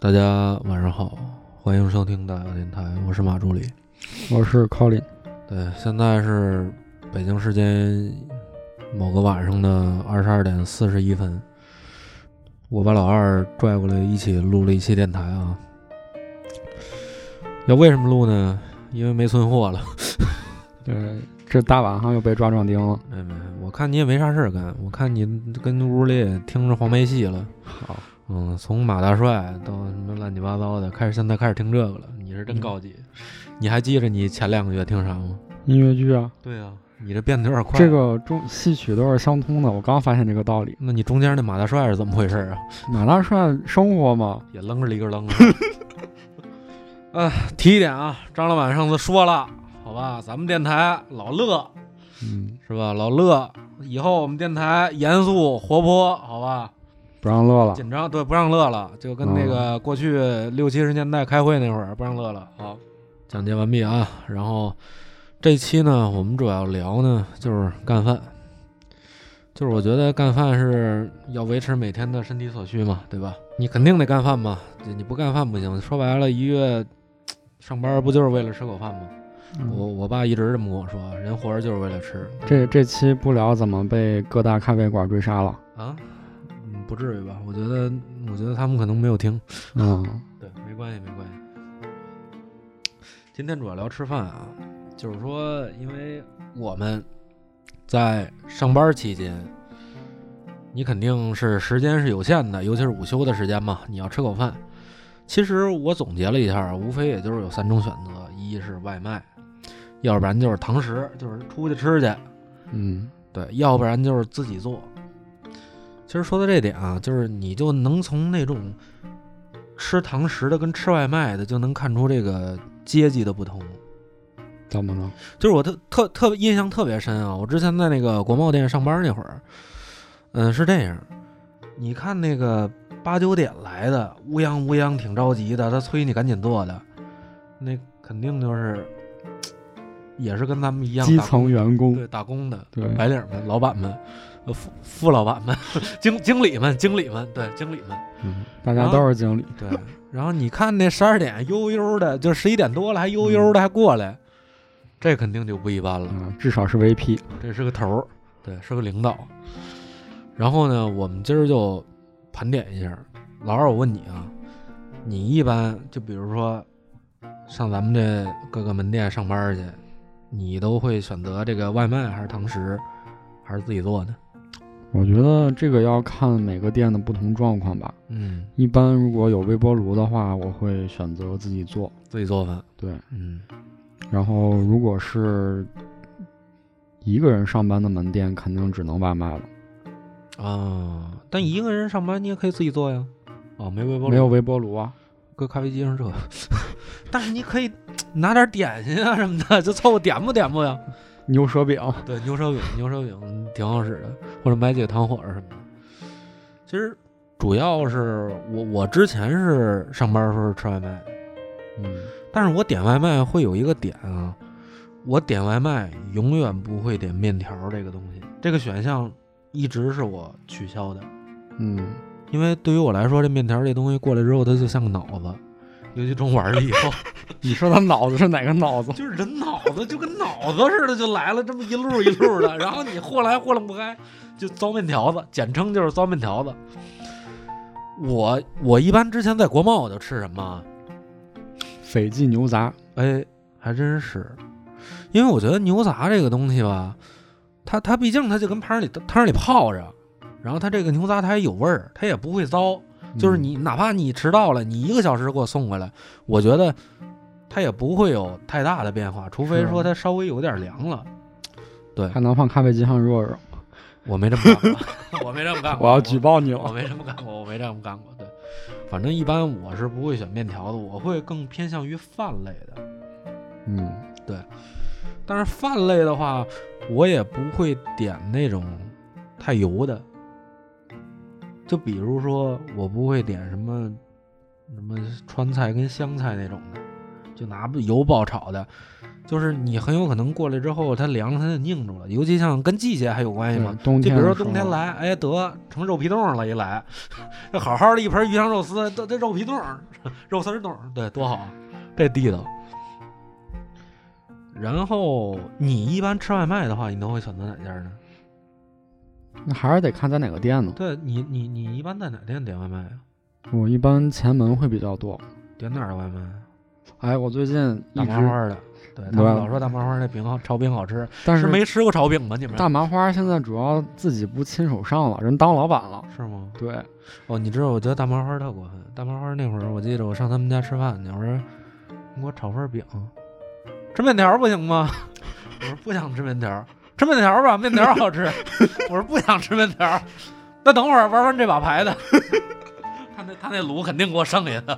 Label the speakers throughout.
Speaker 1: 大家晚上好，欢迎收听大小电台，我是马助理。
Speaker 2: 我是 Colin，
Speaker 1: 对，现在是北京时间某个晚上的二十二点四十一分，我把老二拽过来一起录了一期电台啊。要为什么录呢？因为没存货了。
Speaker 2: 对，这大晚上又被抓壮丁了。
Speaker 1: 哎没，我看你也没啥事儿干，我看你跟屋里也听着黄梅戏了。
Speaker 2: 好，
Speaker 1: 嗯，从马大帅到什么乱七八糟的，开始现在开始听这个了。你是真高级，你还记着你前两个月听啥吗？
Speaker 2: 音乐剧啊，
Speaker 1: 对啊，你这变得有点快。
Speaker 2: 这，个中戏曲都是相通的。我刚发现这个道理。
Speaker 1: 那你中间那马大帅是怎么回事啊？
Speaker 2: 马大帅生活嘛，
Speaker 1: 也愣着一个愣 着。啊，提一点啊，张老板上次说了，好吧，咱们电台老乐
Speaker 2: 嗯，
Speaker 1: 是吧？老乐，以后我们电台严肃活泼，好吧？
Speaker 2: 不让乐了。
Speaker 1: 紧张，对，不让乐了，就跟那个过去六七十年代开会那会儿不让乐了。好，讲解完毕啊。然后这期呢，我们主要聊呢就是干饭，就是我觉得干饭是要维持每天的身体所需嘛，对吧？你肯定得干饭嘛，这你不干饭不行。说白了，一月上班不就是为了吃口饭吗？
Speaker 2: 嗯
Speaker 1: 我我爸一直这么跟我说，人活着就是为了吃。
Speaker 2: 这这期不聊怎么被各大咖啡馆追杀了。
Speaker 1: 啊，嗯，不至于吧？我觉得，我觉得他们可能没有听。
Speaker 2: 嗯，
Speaker 1: 对，没关系，没关系。今天主要聊吃饭啊，就是说，因为我们在上班期间，你肯定是时间是有限的，尤其是午休的时间嘛，你要吃口饭。其实我总结了一下，无非也就是有三种选择：一是外卖，要不然就是堂食，就是出去吃去，
Speaker 2: 嗯，
Speaker 1: 对，要不然就是自己做。其实说到这点啊，就是你就能从那种吃堂食的跟吃外卖的就能看出这个阶级的不同。
Speaker 2: 怎么了？
Speaker 1: 就是我特特特印象特别深啊，我之前在那个国贸店上班那会儿，嗯、是这样，你看那个八九点来的，乌泱乌泱挺着急的，他催你赶紧做的，那肯定就是也是跟咱们一样
Speaker 2: 基
Speaker 1: 打工
Speaker 2: 层员工。
Speaker 1: 对打工的，
Speaker 2: 对，
Speaker 1: 白领们、老板们、呃副副老 板们、经经理们、经理们，对经理们，
Speaker 2: 嗯，大家都是经理。
Speaker 1: 对。然后你看那十二点悠悠的，就十一点多了还悠悠的还过来，这肯定就不一般了，
Speaker 2: 嗯，至少是 VP。
Speaker 1: 这是个头儿，对，是个领导。然后呢，我们今儿就盘点一下。老二，我问你啊，你一般就比如说上咱们这各个门店上班去，你都会选择这个外卖还是堂食，还是自己做呢？
Speaker 2: 我觉得这个要看每个店的不同状况吧。
Speaker 1: 嗯，
Speaker 2: 一般如果有微波炉的话，我会选择自己做。
Speaker 1: 自己做饭。
Speaker 2: 对，
Speaker 1: 嗯，
Speaker 2: 然后如果是一个人上班的门店，肯定只能外卖了，
Speaker 1: 啊，但一个人上班你也可以自己做呀。哦，没微波炉，
Speaker 2: 没有微波炉啊。
Speaker 1: 搁咖啡机上热。 但是你可以拿点点心啊什么的， 就凑合点吧点吧呀。
Speaker 2: 牛舌饼，
Speaker 1: 对，牛舌饼，牛舌饼挺好使的，或者买几个糖火烧什么的。其实主要是我我之前是上班的时候是吃外卖的，
Speaker 2: 嗯，
Speaker 1: 但是我点外卖会有一个点啊，我点外卖永远不会点面条这个东西，这个选项一直是我取消的。
Speaker 2: 嗯，
Speaker 1: 因为对于我来说，这面条这东西过来之后，它就像个脑子，尤其中玩了以后，
Speaker 2: 你说他脑子是哪个脑子？
Speaker 1: 就是人脑子就跟脑子似的就来了，这么一路一路的，然后你和来和弄不开，就糟面条子，简称就是糟面条子。我我一般之前在国贸我就吃什么啊，
Speaker 2: 斐济牛杂，
Speaker 1: 哎，还真是，因为我觉得牛杂这个东西吧，它它毕竟它就跟汤里汤里泡着，然后它这个牛杂它也有味儿，它也不会糟。就是
Speaker 2: 嗯，
Speaker 1: 你哪怕你迟到了，你一个小时给我送回来，我觉得它也不会有太大的变化，除非
Speaker 2: 是
Speaker 1: 说它稍微有点凉了。
Speaker 2: 还能放咖啡机上热热。
Speaker 1: 我没这么干过， 我没这么干过，
Speaker 2: 我要举报你
Speaker 1: 我
Speaker 2: 了。
Speaker 1: 没这么干过，我没这么干过。对，反正一般我是不会选面条的，我会更偏向于饭类的。
Speaker 2: 嗯，
Speaker 1: 但是饭类的话，我也不会点那种太油的。就比如说，我不会点什么什么川菜跟湘菜那种的，就拿不油爆炒的。就是你很有可能过来之后，它凉了，它就凝住了。尤其像跟季节还有关系嘛
Speaker 2: 对，冬
Speaker 1: 就
Speaker 2: 天
Speaker 1: 比如说
Speaker 2: 的时
Speaker 1: 冬天
Speaker 2: 候
Speaker 1: 来，哎得成肉皮冻了，一来，这好好的一盆鱼香肉丝，这这肉皮冻儿、肉丝儿冻儿，对，多好，这地道。然后你一般吃外卖的话，你都会选择哪家呢？
Speaker 2: 那还是得看在哪个店呢。
Speaker 1: 对你，你你一般在哪店点外卖啊？
Speaker 2: 我一般前门会比较多。
Speaker 1: 点哪儿的外卖啊？
Speaker 2: 哎，我最近
Speaker 1: 大
Speaker 2: 一
Speaker 1: 麻花
Speaker 2: 直，
Speaker 1: 儿的，对他
Speaker 2: 对
Speaker 1: 们
Speaker 2: 吧
Speaker 1: 老说大麻花儿那饼好，炒饼好吃，
Speaker 2: 但
Speaker 1: 是
Speaker 2: 是
Speaker 1: 没吃过炒饼吗？你们
Speaker 2: 大麻花现在主要自己不亲手上了，人当老板了。
Speaker 1: 是吗？
Speaker 2: 对，
Speaker 1: 哦，你知道，我觉得大麻花儿特过分。大麻花儿那会儿，我记得我上他们家吃饭去，我说你给我炒份饼，吃面条儿不行吗？ 我说不想吃面条儿，吃面条儿吧，面条儿好吃。 我说不想吃面条儿，那等会儿玩完这把牌的， 他那他那卤肯定给我剩下的。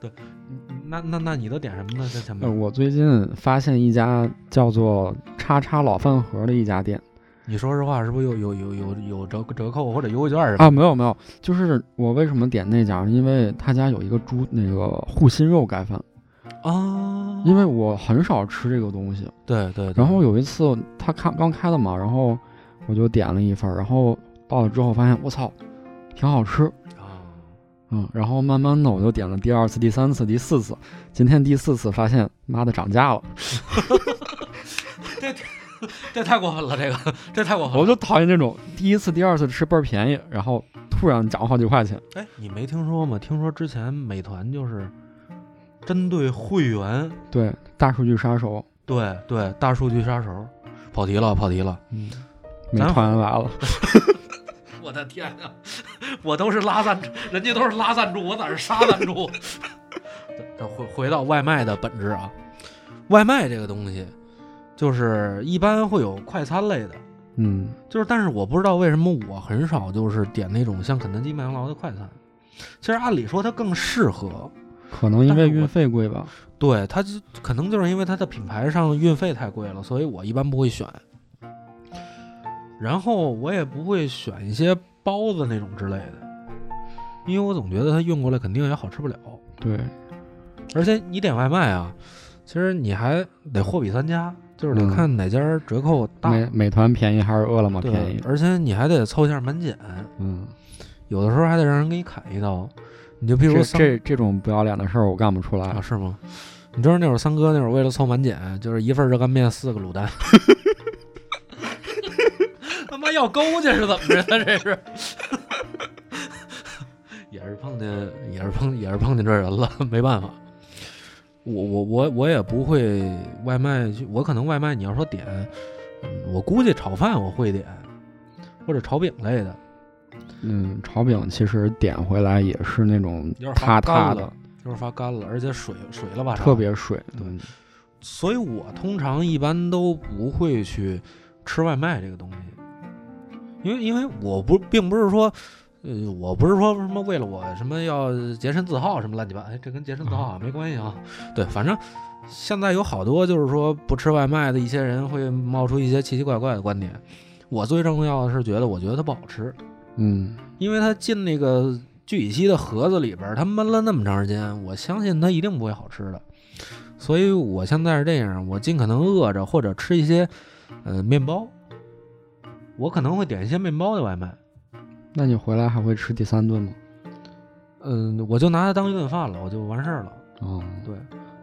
Speaker 1: 对，那那那你都点什么呢？在前
Speaker 2: 呃，
Speaker 1: 面，
Speaker 2: 我最近发现一家叫做“叉叉老饭盒”的一家店
Speaker 1: 你说实话，是不是有有有有有折折扣或者优惠券儿什么？
Speaker 2: 啊，没有没有，就是我为什么点那家，因为他家有一个猪那个护心肉盖饭，
Speaker 1: 啊，
Speaker 2: 因为我很少吃这个东西。
Speaker 1: 对对对，
Speaker 2: 然后有一次他开刚开的嘛，然后我就点了一份儿，然后到了之后发现我操，挺好吃，
Speaker 1: 啊，
Speaker 2: 嗯，然后慢慢的我就点了第二次、第三次、第四次，今天第四次发现妈的涨价了，
Speaker 1: 这太过分了，这个这太过分了。
Speaker 2: 我就讨厌这种第一次、第二次吃倍儿便宜，然后突然涨好几块钱。
Speaker 1: 哎，你没听说吗？听说之前美团就是针对会员，
Speaker 2: 对，大数据杀手，
Speaker 1: 对对，大数据杀手。跑题了，跑题了！
Speaker 2: 嗯，美
Speaker 1: 咱
Speaker 2: 团来了，
Speaker 1: 我的天啊，我都是拉赞助，人家都是拉赞助，我哪是杀赞 助？回回到外卖的本质啊，外卖这个东西，就是一般会有快餐类的，
Speaker 2: 嗯，
Speaker 1: 就是，但是我不知道为什么我很少就是点那种像肯德基、麦当劳的快餐。其实按理说它更适合，
Speaker 2: 可能因
Speaker 1: 但
Speaker 2: 为
Speaker 1: 是我
Speaker 2: 运费贵吧，
Speaker 1: 对它就可能就是因为它的品牌上运费太贵了，所以我一般不会选。然后我也不会选一些包子那种之类的，因为我总觉得它运过来肯定也好吃不了。
Speaker 2: 对，
Speaker 1: 而且你点外卖啊，其实你还得货比三家，就是得
Speaker 2: 嗯
Speaker 1: 看哪家折扣大，
Speaker 2: 美美团便宜还是饿了么便
Speaker 1: 对
Speaker 2: 宜，，
Speaker 1: 而且你还得凑一下满减。
Speaker 2: 嗯，
Speaker 1: 有的时候还得让人给你砍一刀。你就比如
Speaker 2: 这
Speaker 1: 三
Speaker 2: 这这种不要脸的事儿我干不出来
Speaker 1: 啊，，是吗？你知道那会儿三哥那会儿为了凑满减，就是一份热干面四个卤蛋， 他妈要勾去是怎么着？啊这是， 也是碰见，也是碰，也是碰见这人了，没办法。我我我我也不会外卖去，我可能外卖你要说点，嗯我估计炒饭我会点，或者炒饼类的，
Speaker 2: 嗯，炒饼其实点回来也是那种
Speaker 1: 有点发
Speaker 2: 塌塌
Speaker 1: 干了啊
Speaker 2: 的，，
Speaker 1: 有点发干了，而且水水了吧
Speaker 2: 特别水，嗯
Speaker 1: 所以我通常一般都不会去吃外卖这个东西，因为因为我不并不是说，呃，我不是说什么为了我什么要洁身自好什么乱七八，哎，这跟洁身自好啊没关系啊。对，反正现在有好多就是说不吃外卖的一些人会冒出一些奇奇怪怪的观点。我最重要的是觉得，我觉得它不好吃，
Speaker 2: 嗯。
Speaker 1: 因为它进那个聚乙烯的盒子里边儿，它闷了那么长时间，我相信它一定不会好吃的。所以我现在是这样，我尽可能饿着或者吃一些，呃，面包。我可能会点一些面包的外卖，
Speaker 2: 那你回来还会吃第三顿吗？
Speaker 1: 嗯，我就拿它当一顿饭了，我就完事儿了。
Speaker 2: 哦，
Speaker 1: 对，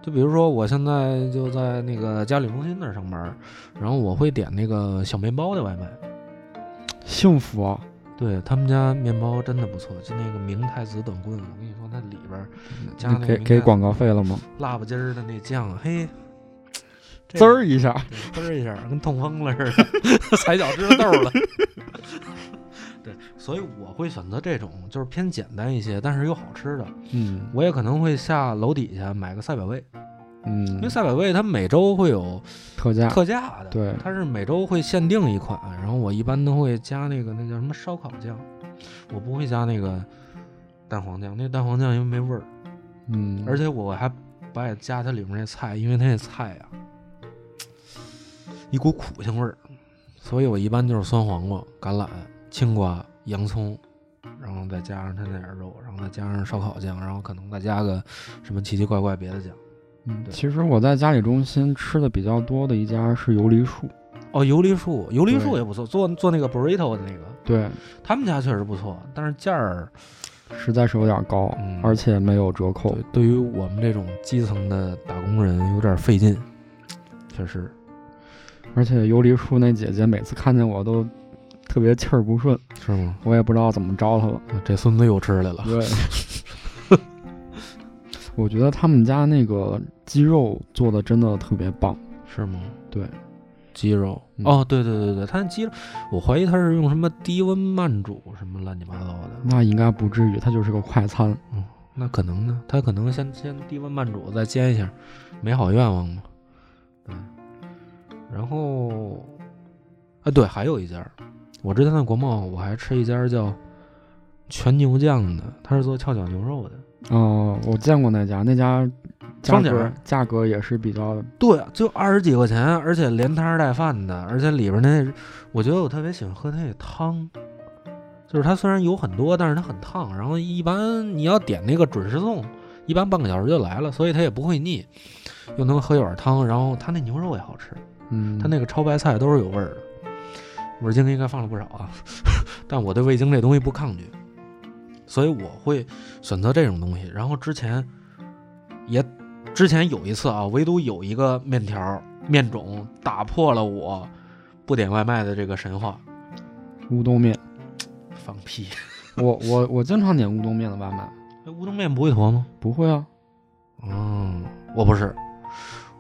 Speaker 1: 就比如说我现在就在那个嘉里中心那儿上班儿，然后我会点那个小面包的外卖。
Speaker 2: 幸福啊！
Speaker 1: 对他们家面包真的不错，就那个明太子短棍，我跟你说，那里边儿嗯加那
Speaker 2: 你
Speaker 1: 个
Speaker 2: 给
Speaker 1: 明
Speaker 2: 给
Speaker 1: 太子
Speaker 2: 广告费了吗？
Speaker 1: 辣不唧儿的那酱，啊嘿，这
Speaker 2: 滋儿一下，
Speaker 1: 对滋儿一下，跟痛风了似的，踩脚趾头豆儿了。 对，所以我会选择这种，就是偏简单一些，但是又好吃的。
Speaker 2: 嗯
Speaker 1: 我也可能会下楼底下买个赛百味，因为
Speaker 2: 嗯，
Speaker 1: 赛百味它每周会有
Speaker 2: 特价，
Speaker 1: 特价的，
Speaker 2: 对
Speaker 1: 它是每周会限定一款，然后我一般都会加那个那叫什么烧烤酱，我不会加那个蛋黄酱，那蛋黄酱因为没味儿，
Speaker 2: 嗯，
Speaker 1: 而且我还不爱加它里面那菜，因为它那菜呀、一股苦腥味儿，所以我一般就是酸黄瓜、橄榄、青瓜、洋葱，然后再加上它那点儿肉，然后再加上烧烤酱，然后可能再加个什么奇奇怪怪别的酱。
Speaker 2: 嗯
Speaker 1: 对
Speaker 2: 其实我在家里中心吃的比较多的一家是游梨树，
Speaker 1: 哦，油梨树，油梨树
Speaker 2: 对
Speaker 1: 也不错，做做那个 burrito 的那个，
Speaker 2: 对，
Speaker 1: 他们家确实不错，但是价儿，
Speaker 2: 实在是有点高，
Speaker 1: 嗯
Speaker 2: 而且没有折扣
Speaker 1: 对。，对于我们这种基层的打工人有点费劲，确实。
Speaker 2: 而且游梨树那姐姐每次看见我都特别气儿不顺，
Speaker 1: 是吗？
Speaker 2: 我也不知道怎么招她了。
Speaker 1: 这孙子又吃来了。
Speaker 2: 对，我觉得他们家那个鸡肉做的真的特别棒。
Speaker 1: 是吗？
Speaker 2: 对，
Speaker 1: 鸡肉、
Speaker 2: 嗯
Speaker 1: 哦，对对对对，它那鸡肉，我怀疑它是用什么低温慢煮什么乱七八糟的，
Speaker 2: 那应该不至于，它就是个快餐。
Speaker 1: 那可能呢，它可能先先低温慢煮，再煎一下，美好愿望嘛。对，然后，啊对，还有一家儿，我之前在国贸我还吃一家儿叫全牛酱的，它是做翘脚牛肉的。
Speaker 2: 哦、我见过那家，那家价
Speaker 1: 双井
Speaker 2: 格
Speaker 1: 儿
Speaker 2: 价格也是比较
Speaker 1: 对，就二十几块钱，而且连汤儿带饭的，而且里边那，我觉得我特别喜欢喝它那汤，就是它虽然有很多，但是它很烫，然后一般你要点那个准时送，一般半个小时就来了，所以它也不会腻，又能喝一碗汤，然后它那牛肉也好吃，
Speaker 2: 嗯，
Speaker 1: 它那个炒白菜都是有味儿的，味精应该放了不少啊，但我对味精这东西不抗拒，所以我会选择这种东西。然后之前也之前有一次啊，唯独有一个面条儿面种打破了我不点外卖的这个神话，
Speaker 2: 乌冬面，
Speaker 1: 放屁！
Speaker 2: 我我我经常点乌冬面的外卖，
Speaker 1: 那乌冬面不会坨吗？
Speaker 2: 不会啊。
Speaker 1: 嗯，我不是，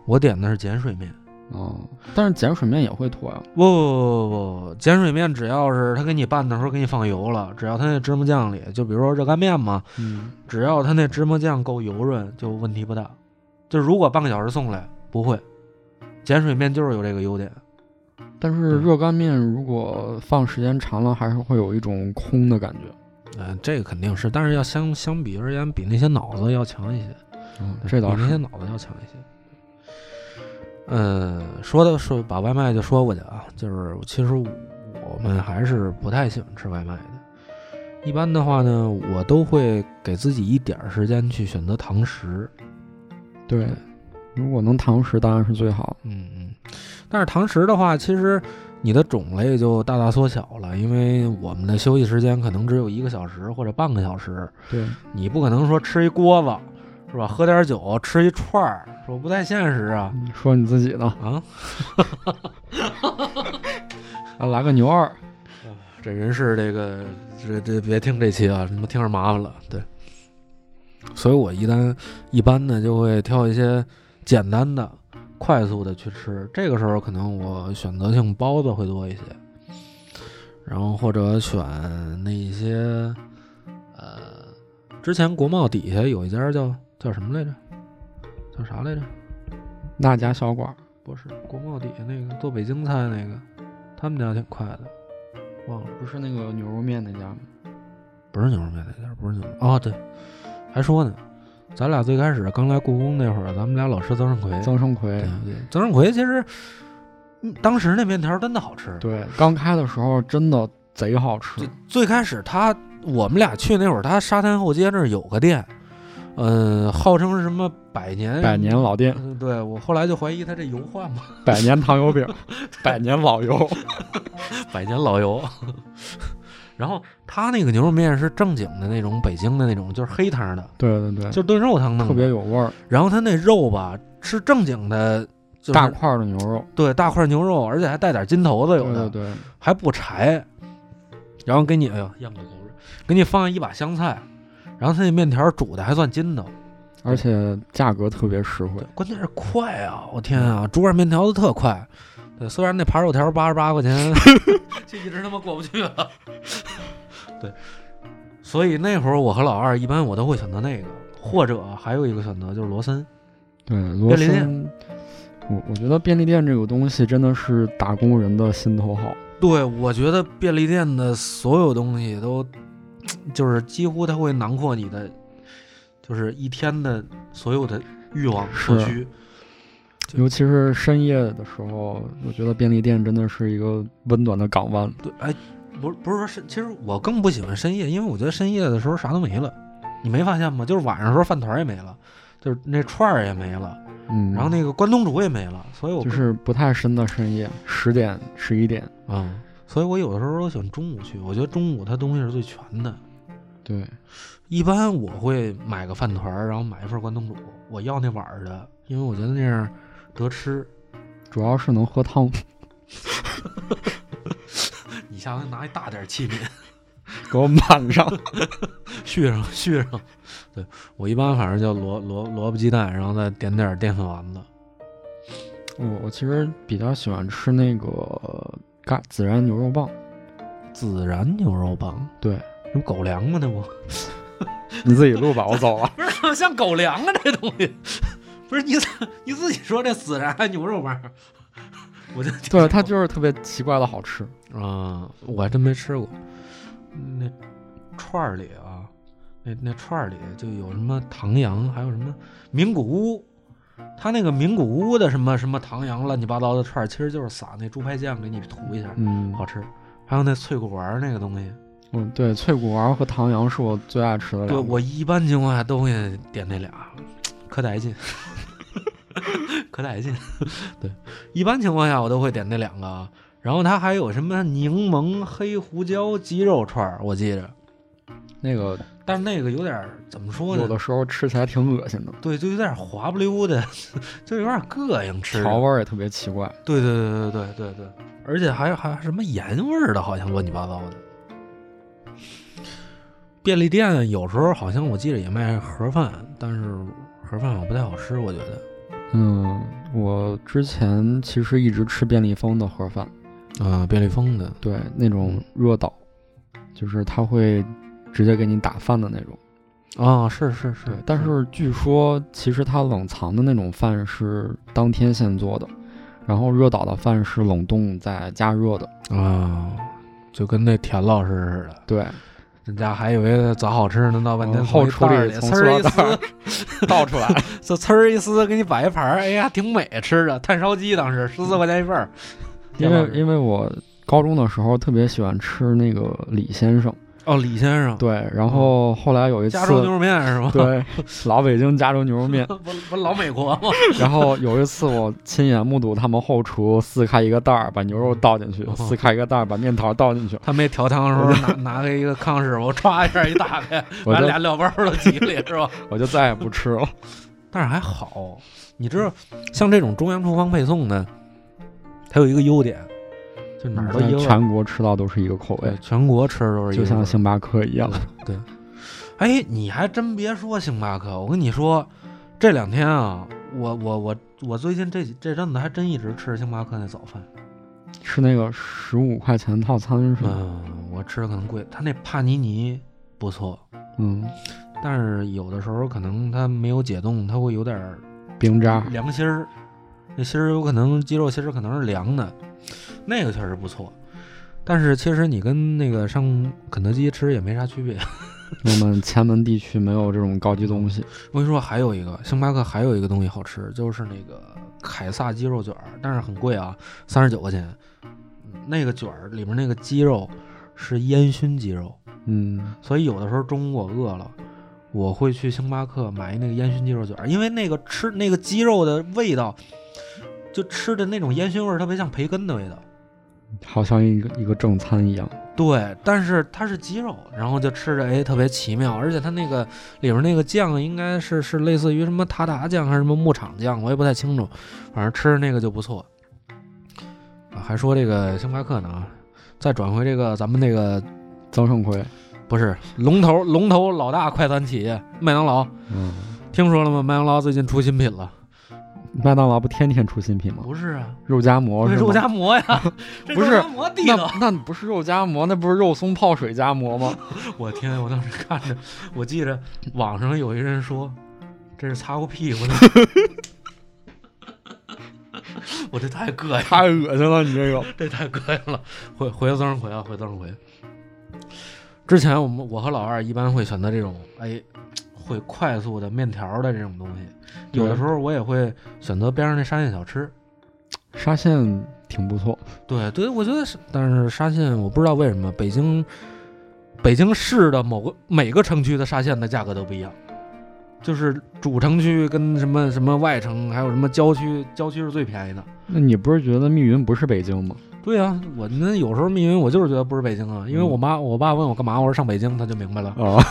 Speaker 1: 我点的是碱水面。
Speaker 2: 哦，但是碱水面也会坨呀、啊
Speaker 1: 不不不不不，碱水面只要是他给你拌的时候给你放油了，只要他那芝麻酱里，就比如说热干面嘛，
Speaker 2: 嗯，
Speaker 1: 只要他那芝麻酱够油润，就问题不大。就如果半个小时送来，不会。碱水面就是有这个优点，
Speaker 2: 但是热干面如果放时间长了，还是会有一种空的感觉。
Speaker 1: 嗯、这个肯定是，但是要相相比而言，比那些脑子要强一些，
Speaker 2: 嗯，
Speaker 1: 对
Speaker 2: 这倒
Speaker 1: 比那些
Speaker 2: 是。
Speaker 1: 脑子要强一些。嗯，说的说把外卖就说过去啊，就是其实我们还是不太喜欢吃外卖的。一般的话呢，我都会给自己一点儿时间去选择堂食，
Speaker 2: 对，如果能堂食当然是最好。
Speaker 1: 嗯，嗯，但是堂食的话，其实你的种类就大大缩小了，因为我们的休息时间可能只有一个小时或者半个小时，
Speaker 2: 对，
Speaker 1: 你不可能说吃一锅子是吧？喝点酒吃一串儿，是吧？不太现实啊
Speaker 2: 你说你自己呢？
Speaker 1: 啊！
Speaker 2: 啊，来个牛二。
Speaker 1: 这人是这个这这别听这期啊，你们听着麻烦了。对，所以我一旦一般呢就会挑一些简单的、快速的去吃。这个时候可能我选择性包子会多一些，然后或者选那一些呃，之前国贸底下有一家叫叫什么来着？叫啥来着？
Speaker 2: 那家小馆儿，
Speaker 1: 不是国贸底下那个做北京菜那个，他们家挺快的，忘了。
Speaker 2: 不是那个牛肉面那家吗？
Speaker 1: 不是牛肉面那家，不是牛肉面哦，对，还说呢，咱俩最开始刚来故宫那会儿，咱们俩老吃曾盛奎，
Speaker 2: 曾盛奎
Speaker 1: 对。曾盛奎其实，嗯当时那面条真的好吃。
Speaker 2: 对，刚开的时候真的贼好吃
Speaker 1: 最，最开始他我们俩去那会儿，他沙滩后街那儿有个店，嗯、号称是什么百年
Speaker 2: 百年。老店，
Speaker 1: 嗯对我后来就怀疑他这油换 嘛，
Speaker 2: 百年糖 油饼，百年老油。
Speaker 1: 百年老油。然后他那个牛肉面是正经的那种北京的那种，就是黑汤的，
Speaker 2: 对对对，
Speaker 1: 就是炖肉汤弄的，
Speaker 2: 嗯特别有味儿，
Speaker 1: 然后它那肉吧是正经的，就是、
Speaker 2: 大块儿的牛肉。
Speaker 1: 对大块牛肉，而且还带点筋头子，
Speaker 2: 对
Speaker 1: 有的
Speaker 2: 对对，
Speaker 1: 还不柴。然后给你，哎呀，咽口口水，给你放一把香菜，然后它那面条煮的还算筋道，
Speaker 2: 而且价格特别实惠。
Speaker 1: 关键是快啊！我天啊，煮碗面条子特快。对，虽然那扒肉条八十八块钱， 就一直他妈过不去了。 对，所以那会儿我和老二一般我都会选择那个，或者还有一个选择就是罗森。
Speaker 2: 对，罗
Speaker 1: 利店
Speaker 2: 森，我我觉得便利店这个东西真的是打工人的心头好。
Speaker 1: 对，我觉得便利店的所有东西都，就是几乎它会囊括你的，就是一天的所有的欲望所
Speaker 2: 是
Speaker 1: 需。对
Speaker 2: 尤其是深夜的时候，我觉得便利店真的是一个温暖的港湾。
Speaker 1: 对，哎，不是不是说深，其实我更不喜欢深夜，因为我觉得深夜的时候啥都没了，你没发现吗？就是晚上的时候饭团儿也没了，就是那串儿也没了，
Speaker 2: 嗯，
Speaker 1: 然后那个关东煮也没了，所以我
Speaker 2: 就是不太深的深夜，十点、十一点，
Speaker 1: 啊、所以我有的时候都喜欢中午去，我觉得中午它东西是最全的。
Speaker 2: 对，
Speaker 1: 一般我会买个饭团儿，然后买一份关东煮，我要那碗儿的，因为我觉得那样得吃。
Speaker 2: 主要是能喝汤，
Speaker 1: 你下回拿一大点儿器皿
Speaker 2: 给我满上。
Speaker 1: 续上续上。对我一般反正就萝萝萝卜鸡蛋，然后再点点儿淀粉丸子。
Speaker 2: 我我其实比较喜欢吃那个嘎孜然牛肉棒，
Speaker 1: 孜然牛肉棒，
Speaker 2: 对，
Speaker 1: 这不狗粮吗？那不
Speaker 2: 你自己录吧，我走了。
Speaker 1: 不是怎么像狗粮啊？这东西 不是你自你自己说这孜然牛肉棒，我就
Speaker 2: 对，它就是特别奇怪的好吃。
Speaker 1: 啊，我还真没吃过。那串儿里啊，那那串儿里就有什么唐阳，还有什么名古屋。他那个名古屋的什么什么唐阳乱七八糟的串儿，其实就是撒那猪排酱给你涂一下，
Speaker 2: 嗯，
Speaker 1: 好吃。还有那脆骨丸儿那个东西，
Speaker 2: 嗯，对，脆骨丸和唐阳是我最爱吃的
Speaker 1: 对
Speaker 2: 两个。
Speaker 1: 我一般情况下都会点那俩，可带劲， 可带劲。 对，一般情况下我都会点那两个啊。然后它还有什么柠檬黑胡椒鸡肉串儿，我记着，
Speaker 2: 那个
Speaker 1: 但是那个有点儿怎么说
Speaker 2: 有
Speaker 1: 呢？
Speaker 2: 的时候吃起来挺恶心的，
Speaker 1: 对，就有点滑不溜的， 就有点膈应吃着。
Speaker 2: 调味儿也特别奇怪。
Speaker 1: 对对对对对对对，而且还还什么盐味儿的，好像乱七八糟的。便利店有时候好像我记着也卖盒饭，但是盒饭我不太好吃，我觉得。
Speaker 2: 嗯，我之前其实一直吃便利蜂的盒饭，
Speaker 1: 啊，便利蜂的
Speaker 2: 对，那种
Speaker 1: 嗯
Speaker 2: 热导，就是它会直接给你打饭的那种。
Speaker 1: 啊，是是是嗯
Speaker 2: 对，，但是据说其实它冷藏的那种饭是当天现做的，然后热导的饭是冷冻再加热的。
Speaker 1: 啊，就跟那田老师似的，
Speaker 2: 对，
Speaker 1: 人家还以为咋好吃呢，闹半天
Speaker 2: 嗯后
Speaker 1: 从一袋儿里
Speaker 2: 处理从
Speaker 1: 呲儿一
Speaker 2: 塑料袋
Speaker 1: 撕
Speaker 2: 儿，倒出来。
Speaker 1: 这呲儿一撕，给你摆一盘儿，哎呀，挺美吃的，炭烧鸡当时十四块钱一份儿，
Speaker 2: 因
Speaker 1: 田老
Speaker 2: 为
Speaker 1: 师
Speaker 2: 因为我高中的时候特别喜欢吃那个李先生，
Speaker 1: 哦，李先生，
Speaker 2: 对，然后后来有一次
Speaker 1: 加，州牛肉面是吗？
Speaker 2: 对，老北京加州牛肉 面，
Speaker 1: 不不老美国吗？
Speaker 2: 然后有一次我亲眼目睹他们后厨撕开一个袋儿，把牛肉倒进去
Speaker 1: 哦，
Speaker 2: 撕开一个袋儿，把面条倒进去，
Speaker 1: 他没调汤的时候拿拿个一个康师傅，歘一下一打开，
Speaker 2: 我
Speaker 1: 把
Speaker 2: 就
Speaker 1: 俩料包都挤里是吧？
Speaker 2: 我就再也不吃了。
Speaker 1: 但是还好，你知道，像这种中央厨房配送呢，它有一个优点，就 哪儿都一
Speaker 2: 在
Speaker 1: 个味儿，
Speaker 2: 嗯全国吃到都是一个口味
Speaker 1: 对，，全国吃的都是一
Speaker 2: 就
Speaker 1: 个味
Speaker 2: 像
Speaker 1: 儿。
Speaker 2: 星巴克一样。
Speaker 1: 哎，你还真别说星巴克，我跟你说，这两天啊，我我我我最近这几这阵子还真一直吃星巴克那早饭。
Speaker 2: 吃那个十五块钱套餐是吗？
Speaker 1: 嗯，我吃的可能贵，他那帕尼尼不错，
Speaker 2: 嗯，
Speaker 1: 但是有的时候可能它没有解冻，它会有点儿
Speaker 2: 冰渣儿，
Speaker 1: 嗯凉心儿，那心儿有可能鸡肉心儿可能是凉的，那个确实不错。但是其实你跟那个上肯德基吃也没啥区别。
Speaker 2: 我们前门地区没有这种高级东西。
Speaker 1: 我跟你说，还有一个星巴克还有一个东西好吃，就是那个凯撒鸡肉卷儿，但是很贵啊，三十九块钱。嗯那个卷儿里面那个鸡肉是烟熏鸡肉，
Speaker 2: 嗯，
Speaker 1: 所以有的时候中午我饿了，我会去星巴克买那个烟熏鸡肉卷儿，因为那个吃那个鸡肉的味道，就吃的那种烟熏味儿特别像培根的味道。
Speaker 2: 好像一个一个正餐一样。
Speaker 1: 对，但是它是鸡肉，然后就吃着哎特别奇妙，而且它那个里边那个酱应该是是类似于什么塔塔酱还是什么牧场酱，我也不太清楚，反正吃着那个就不错。啊，还说这个星巴克呢啊，再转回这个咱们那个
Speaker 2: 曾盛奎，
Speaker 1: 不是龙头龙头老大快餐企业麦当劳，
Speaker 2: 嗯，
Speaker 1: 听说了吗？麦当劳最近出新品了？
Speaker 2: 麦当劳不天天出新品吗？
Speaker 1: 不是啊，
Speaker 2: 肉夹馍是吗
Speaker 1: 肉夹馍 呀，这
Speaker 2: 不是
Speaker 1: 肉夹馍 地道。
Speaker 2: 那那不是肉夹馍，那不是肉松泡水夹馍吗？
Speaker 1: 我天！我当时看着，我记着网上有一人说这是擦过屁股的， 我这太膈应，
Speaker 2: 太恶心了，你这个。
Speaker 1: 这太膈应了。回回增上回啊，回增上回。之前我们我和老二一般会选择这种哎，会快速的面条的这种东西，有的时候我也会选择边上那沙县小吃。
Speaker 2: 沙县挺不错，
Speaker 1: 对对，我觉得是，但是沙县我不知道为什么北京北京市的某个每个城区的沙县的价格都不一样。就是主城区跟什么什么外城，还有什么郊区，郊区是最便宜的。
Speaker 2: 那你不是觉得密云不是北京吗？
Speaker 1: 对啊，我那有时候密云，我就是觉得不是北京啊，因为我妈我爸问我干嘛，我说上北京，他就明白 了。
Speaker 2: 啊，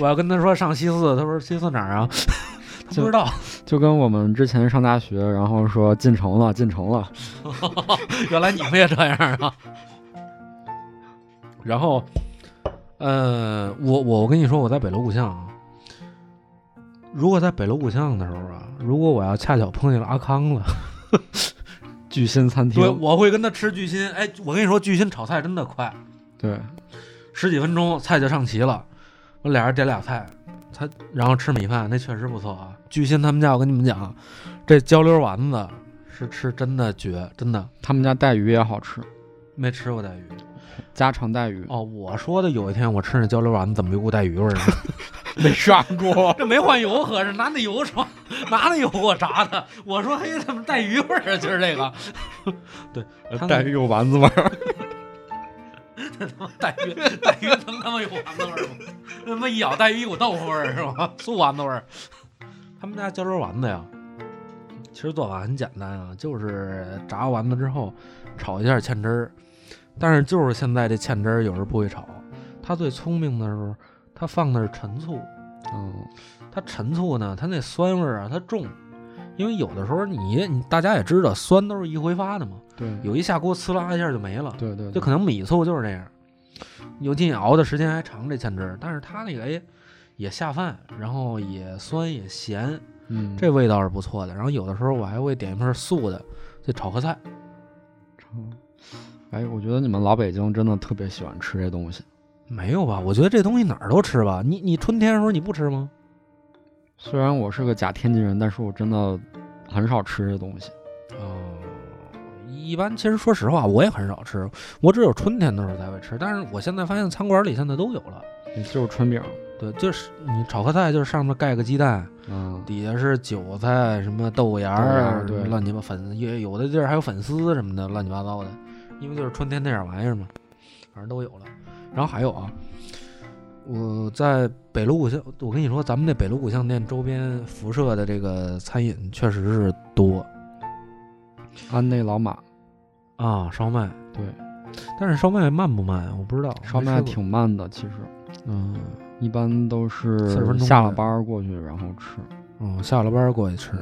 Speaker 1: 我要跟他说上西四，他说西四哪儿啊？ 他不知道，
Speaker 2: 就跟我们之前上大学，然后说进城了，进城了，
Speaker 1: 原来你们也这样啊。然后，呃，我我我跟你说，我在北锣鼓巷啊，如果在北锣鼓巷的时候啊，如果我要恰巧碰见了阿康了，
Speaker 2: 巨新餐厅
Speaker 1: 对，。我会跟他吃巨心。哎，我跟你说，巨心炒菜真的快，
Speaker 2: 对，
Speaker 1: 十几分钟菜就上齐了，我俩人点俩菜，他然后吃米饭，那确实不错啊。巨鑫他们家，我跟你们讲，啊这焦溜丸子是吃真的绝，真的
Speaker 2: 他们家带鱼也好吃，
Speaker 1: 没吃过带鱼。
Speaker 2: 家常带鱼
Speaker 1: 哦，我说的有一天我吃那焦溜丸子怎么有股带鱼味儿呢？
Speaker 2: 没上 过。
Speaker 1: 这没换油合着，拿那油炒，拿那油给我炸的。我说嘿，怎么带鱼味儿啊？就是这个， 对，他那
Speaker 2: 呃带鱼有丸子味儿，
Speaker 1: 带鱼，带鱼能他妈有丸子味儿吗？他妈一咬带鱼一股豆腐味儿是吧？素丸子味儿。他们家焦溜丸子呀，其实做法很简单啊，就是炸丸子之后炒一下芡汁儿。但是就是现在这芡汁儿有人不会炒，他最聪明的时候，他放的是陈醋。
Speaker 2: 嗯，
Speaker 1: 它陈醋呢，它那酸味儿啊，它重。因为有的时候你你大家也知道，酸都是一挥发的嘛，
Speaker 2: 对，
Speaker 1: 有一下锅呲啦一下就没了。
Speaker 2: 对对，
Speaker 1: 就可能米醋就是这样，尤其你熬的时间还长，这芡汁儿，但是它那个哎也下饭，然后也酸也咸，
Speaker 2: 嗯，
Speaker 1: 这味道是不错的。然后有的时候我还会点一份素的，这炒合菜。
Speaker 2: 嗯哎，我觉得你们老北京真的特别喜欢吃这东西。
Speaker 1: 没有吧？我觉得这东西哪儿都吃吧。你你春天的时候你不吃吗？
Speaker 2: 虽然我是个假天津人，但是我真的很少吃这东西。
Speaker 1: 哦，一般其实说实话，我也很少吃，我只有春天的时候才会吃。但是我现在发现餐馆里现在都有了，
Speaker 2: 也就是春饼，
Speaker 1: 对，就是你炒合菜，就是上面盖个鸡蛋，
Speaker 2: 嗯，
Speaker 1: 底下是韭菜、什么豆芽
Speaker 2: 豆
Speaker 1: 儿
Speaker 2: 芽
Speaker 1: 啊
Speaker 2: 儿，对
Speaker 1: 乱七八粉，也有的地儿还有粉丝什么的，乱七八糟的，因为就是春天那点玩意儿嘛，反正都有了。然后还有啊，我在北锣鼓巷，我跟你说，咱们那北锣鼓巷店周边辐射的这个餐饮确实是多
Speaker 2: 安内老马，
Speaker 1: 啊，烧麦。
Speaker 2: 对，
Speaker 1: 但是烧麦慢不慢啊？我不知道，
Speaker 2: 烧
Speaker 1: 没
Speaker 2: 麦
Speaker 1: 吃过
Speaker 2: 挺慢的，其实
Speaker 1: 嗯
Speaker 2: 一般都
Speaker 1: 40分
Speaker 2: 是
Speaker 1: 钟
Speaker 2: 下
Speaker 1: 的
Speaker 2: 了班儿过去然后吃。
Speaker 1: 嗯，下了班儿过去吃。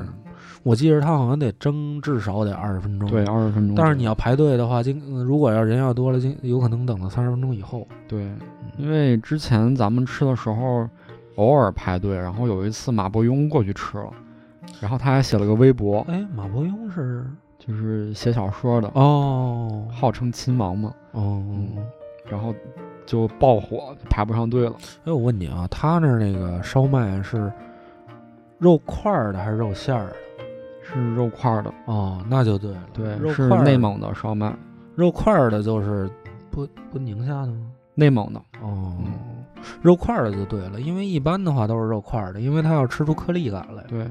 Speaker 1: 我记着它好像得蒸至少得二十分钟。
Speaker 2: 对，二十分钟左右。
Speaker 1: 嗯但是你要排队的话，今呃如果要人要多了，今有可能等到三十分钟以后。
Speaker 2: 对，因为之前咱们吃的时候偶尔排队，然后有一次马伯庸过去吃了，然后他还写了个微博，
Speaker 1: 哎，马伯庸是
Speaker 2: 就是写小说的，
Speaker 1: 哦
Speaker 2: 号称亲王嘛，嗯
Speaker 1: 哦，
Speaker 2: 然后就爆火，排不上队了。
Speaker 1: 哎，我问你啊，他那儿那个烧麦是肉块儿的还是肉馅儿的？
Speaker 2: 是肉块儿的，
Speaker 1: 哦，那就对了，
Speaker 2: 对，
Speaker 1: 肉
Speaker 2: 是
Speaker 1: 块儿
Speaker 2: 内蒙的烧麦，
Speaker 1: 肉块儿的就是不不宁夏的吗？
Speaker 2: 内蒙的，
Speaker 1: 哦
Speaker 2: 嗯，
Speaker 1: 肉块儿的就对了，因为一般的话都是肉块儿的，因为它要吃出颗粒感来。
Speaker 2: 对。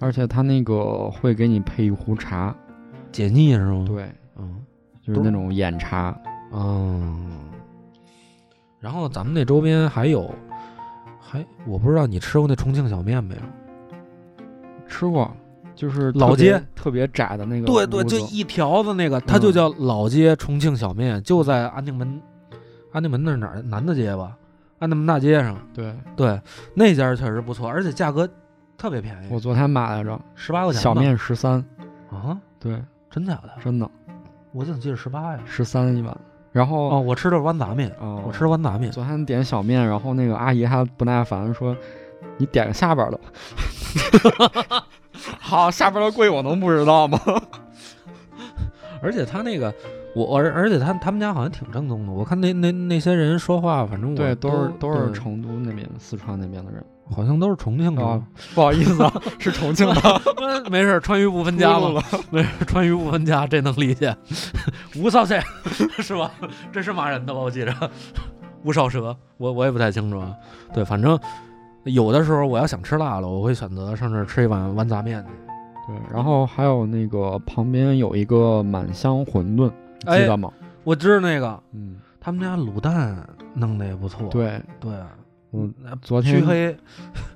Speaker 2: 而且他那个会给你配一壶茶，
Speaker 1: 解腻是吗？，
Speaker 2: 对，
Speaker 1: 嗯，
Speaker 2: 就是那种眼茶，
Speaker 1: 嗯，然后咱们那周边还有，还我不知道你吃过那重庆小面没有？
Speaker 2: 吃过，就是
Speaker 1: 老
Speaker 2: 特别
Speaker 1: 街
Speaker 2: 特别窄的那个
Speaker 1: 对对，
Speaker 2: 屋
Speaker 1: 就
Speaker 2: 子
Speaker 1: 一条子嗯那个，它就叫老街重庆小面，就在安定门，安定门那是哪儿？南大街吧，安定门大街上。
Speaker 2: 对，
Speaker 1: 对，那家确实不错，而且价格特别便
Speaker 2: 我
Speaker 1: 宜，
Speaker 2: 昨天买来着，
Speaker 1: 十八块钱吧。
Speaker 2: 小面十三，
Speaker 1: 啊，
Speaker 2: 对，
Speaker 1: 真假的？
Speaker 2: 真的
Speaker 1: 我怎么记得十八呀？
Speaker 2: 十三一碗。然后
Speaker 1: 哦，我吃的是豌杂面，
Speaker 2: 哦
Speaker 1: 我吃的豌杂面。
Speaker 2: 昨天点小面，然后那个阿姨还不耐烦说：“你点个下边儿的。” 好，下边儿的贵我能不知道吗？
Speaker 1: 而且他那个，我而而且他他们家好像挺正宗的。我看那那那些人说话，反正我
Speaker 2: 对，都是
Speaker 1: 都
Speaker 2: 都是
Speaker 1: 对嗯
Speaker 2: 成都那边、四川那边的人
Speaker 1: 好像都是重庆的。
Speaker 2: 啊，不好意思啊，是重庆的，
Speaker 1: 呃没事，川渝不分家
Speaker 2: 秃噜
Speaker 1: 嘛，
Speaker 2: 了。
Speaker 1: 没事，川渝不分家，这能理解。 吴少帅 是吧？这是骂人的吧？我记着， 吴少蛇，我我也不太清楚。啊。对，反正有的时候我要想吃辣了，我会选择上这儿吃一碗豌杂面去。
Speaker 2: 对，然后还有那个旁边有一个满香馄饨，你
Speaker 1: 哎
Speaker 2: 记得吗？
Speaker 1: 我知道那个
Speaker 2: 嗯，
Speaker 1: 他们家卤蛋弄得也不错。
Speaker 2: 对，
Speaker 1: 对啊，
Speaker 2: 嗯，昨
Speaker 1: 黢
Speaker 2: 天
Speaker 1: 黑，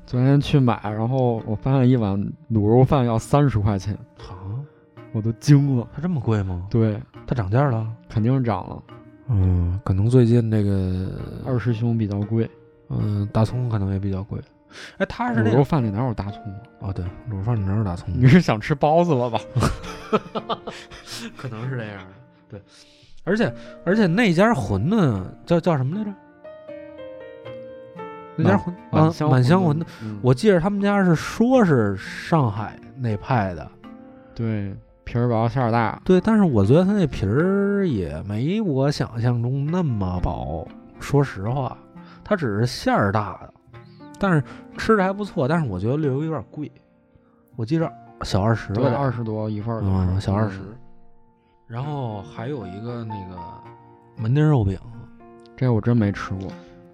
Speaker 2: 昨天去买，然后我发现一碗卤肉饭要三十块钱，
Speaker 1: 啊，
Speaker 2: 我都惊了。
Speaker 1: 它这么贵吗？
Speaker 2: 对，
Speaker 1: 它涨价了。
Speaker 2: 肯定涨了。
Speaker 1: 嗯，可能最近这个，
Speaker 2: 二师兄比较贵，
Speaker 1: 嗯，大葱可能也比较贵。哎，它是那嗯
Speaker 2: 卤肉
Speaker 1: 种
Speaker 2: 饭里哪有大葱啊？
Speaker 1: 哦，对，卤肉饭里哪有大葱？
Speaker 2: 你是想吃包子了吧？
Speaker 1: 可能是这样的。对，而且而且那家馄饨叫叫什么来着？那家馄啊，
Speaker 2: 香
Speaker 1: 满香馄
Speaker 2: 馄
Speaker 1: 饨，，
Speaker 2: 嗯
Speaker 1: 我记着他们家是说是上海那派的，
Speaker 2: 对皮儿薄馅儿大，
Speaker 1: 对，但是我觉得它那皮儿也没我想象中那么薄。说实话，它只是馅儿大的，但是吃着还不错。但是我觉得略有有点贵，我记着小二十
Speaker 2: 对，
Speaker 1: 吧，
Speaker 2: 二十多一份儿的，
Speaker 1: 嗯，小二
Speaker 2: 嗯
Speaker 1: 十。然后还有一个那个门钉肉饼，
Speaker 2: 这我真没吃过，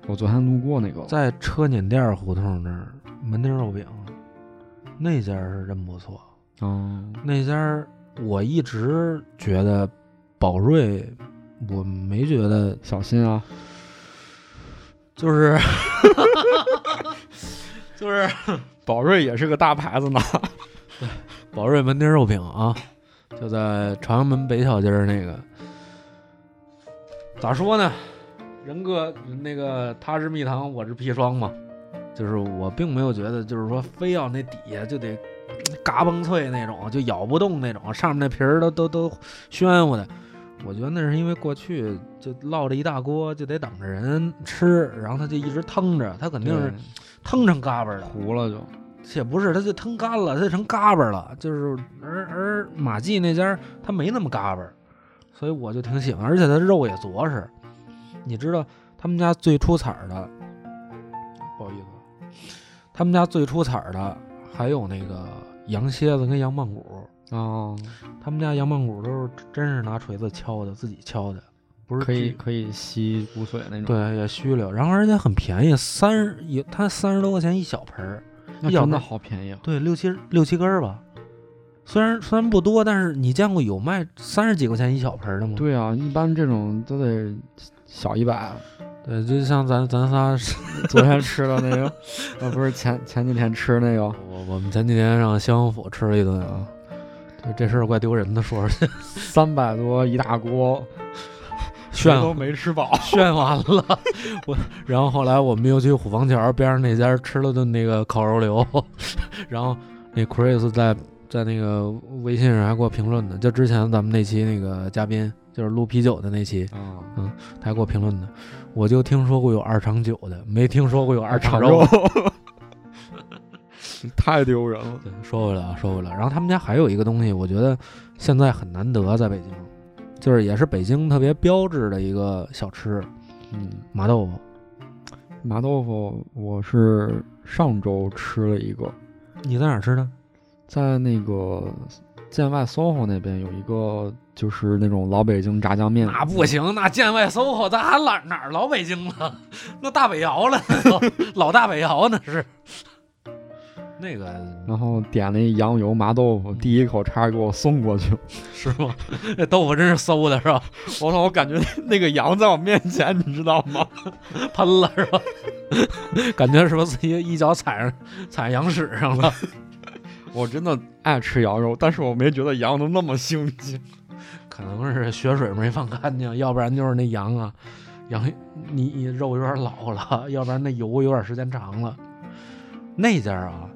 Speaker 2: 我昨天路过那个了，
Speaker 1: 在车碾店儿胡同那儿门钉肉饼，那家儿是真不错。
Speaker 2: 嗯，
Speaker 1: 那家儿我一直觉得宝瑞，我没觉得
Speaker 2: 小心啊，
Speaker 1: 就是就是
Speaker 2: 宝瑞也是个大牌子呢。
Speaker 1: 宝瑞门钉肉饼啊，就在朝阳门北小街儿那个，咋说呢？人各那个他是蜜糖，我是砒霜嘛，就是我并没有觉得，就是说非要那底下就得嘎嘣脆那种，就咬不动那种，上面那皮儿都都都暄乎的。我觉得那是因为过去就落着一大锅，就得等着人吃，然后他就一直腾着，他肯定是腾成嘎巴儿的。
Speaker 2: 糊了就，
Speaker 1: 且不是，它就腾干了，它就成嘎巴了。就是而而马记那家儿它没那么嘎巴，所以我就挺喜欢，而且它肉也着实。你知道他们家最出彩儿的，不好意思，他们家最出彩儿的还有那个羊蝎子跟羊棒骨，
Speaker 2: 哦，
Speaker 1: 他们家羊棒骨都是真是拿锤子敲的，自己敲的，不是
Speaker 2: 可以
Speaker 1: 锯
Speaker 2: 可以吸骨髓那种，，
Speaker 1: 对也虚溜，然后而且很便宜，三十也它三十多块钱一小盆儿。
Speaker 2: 那
Speaker 1: 要不
Speaker 2: 真的
Speaker 1: 然
Speaker 2: 好便宜啊，
Speaker 1: 对，六七六七根儿吧。虽然虽然不多，但是你见过有卖三十几块钱一小盆儿的吗？
Speaker 2: 对啊，一般这种都得小一 百。
Speaker 1: 对，就像咱咱仨是，
Speaker 2: 昨天吃的那个，啊，不是前前几天吃那个，
Speaker 1: 我我们前几天上襄王府吃了一顿啊，对这事儿怪丢人的， 说出去
Speaker 2: 三百多一大锅，谁
Speaker 1: 炫
Speaker 2: 都没吃 饱。
Speaker 1: 炫完了，我然后后来我们又去虎坊桥边上那家吃了顿那个烤肉流， 然后那 Chris 在在那个微信上还给我评论呢，就之前咱们那期那个嘉宾就是录啤酒的那期，
Speaker 2: 啊，
Speaker 1: 他还给我评论呢，我就听说过有二长酒的，没听说过有二长的。，
Speaker 2: 太丢人了。
Speaker 1: 对说回来啊，说回来，然后他们家还有一个东西，我觉得现在很难得，啊在北京，就是也是北京特别标志的一个小吃
Speaker 2: 嗯，
Speaker 1: ——麻豆腐。
Speaker 2: 麻豆腐我是上周吃了一个，
Speaker 1: 你在哪儿吃的？
Speaker 2: 在那个建外 SOHO 那边有一个，就是那种老北京炸酱面。
Speaker 1: 那不行，那建外 SOHO，咱还哪哪儿老北京了？那大北窑了，老大北窑呢是。 那个
Speaker 2: 然后点了一羊油麻豆腐，第一口差点给我送过去。
Speaker 1: 是吗？那 豆腐真是馊的，是吧？
Speaker 2: 我操！我感觉那个羊在我面前，你知道吗？
Speaker 1: 喷了是吧？ 感觉是不是自己一脚踩上踩羊屎上了？
Speaker 2: 我真的爱吃羊肉，但是我没觉得羊能那么腥气。
Speaker 1: 可能是血水没放干净，要不然就是那羊啊，羊你你肉有点老了，要不然那油有点时间长了。那家啊，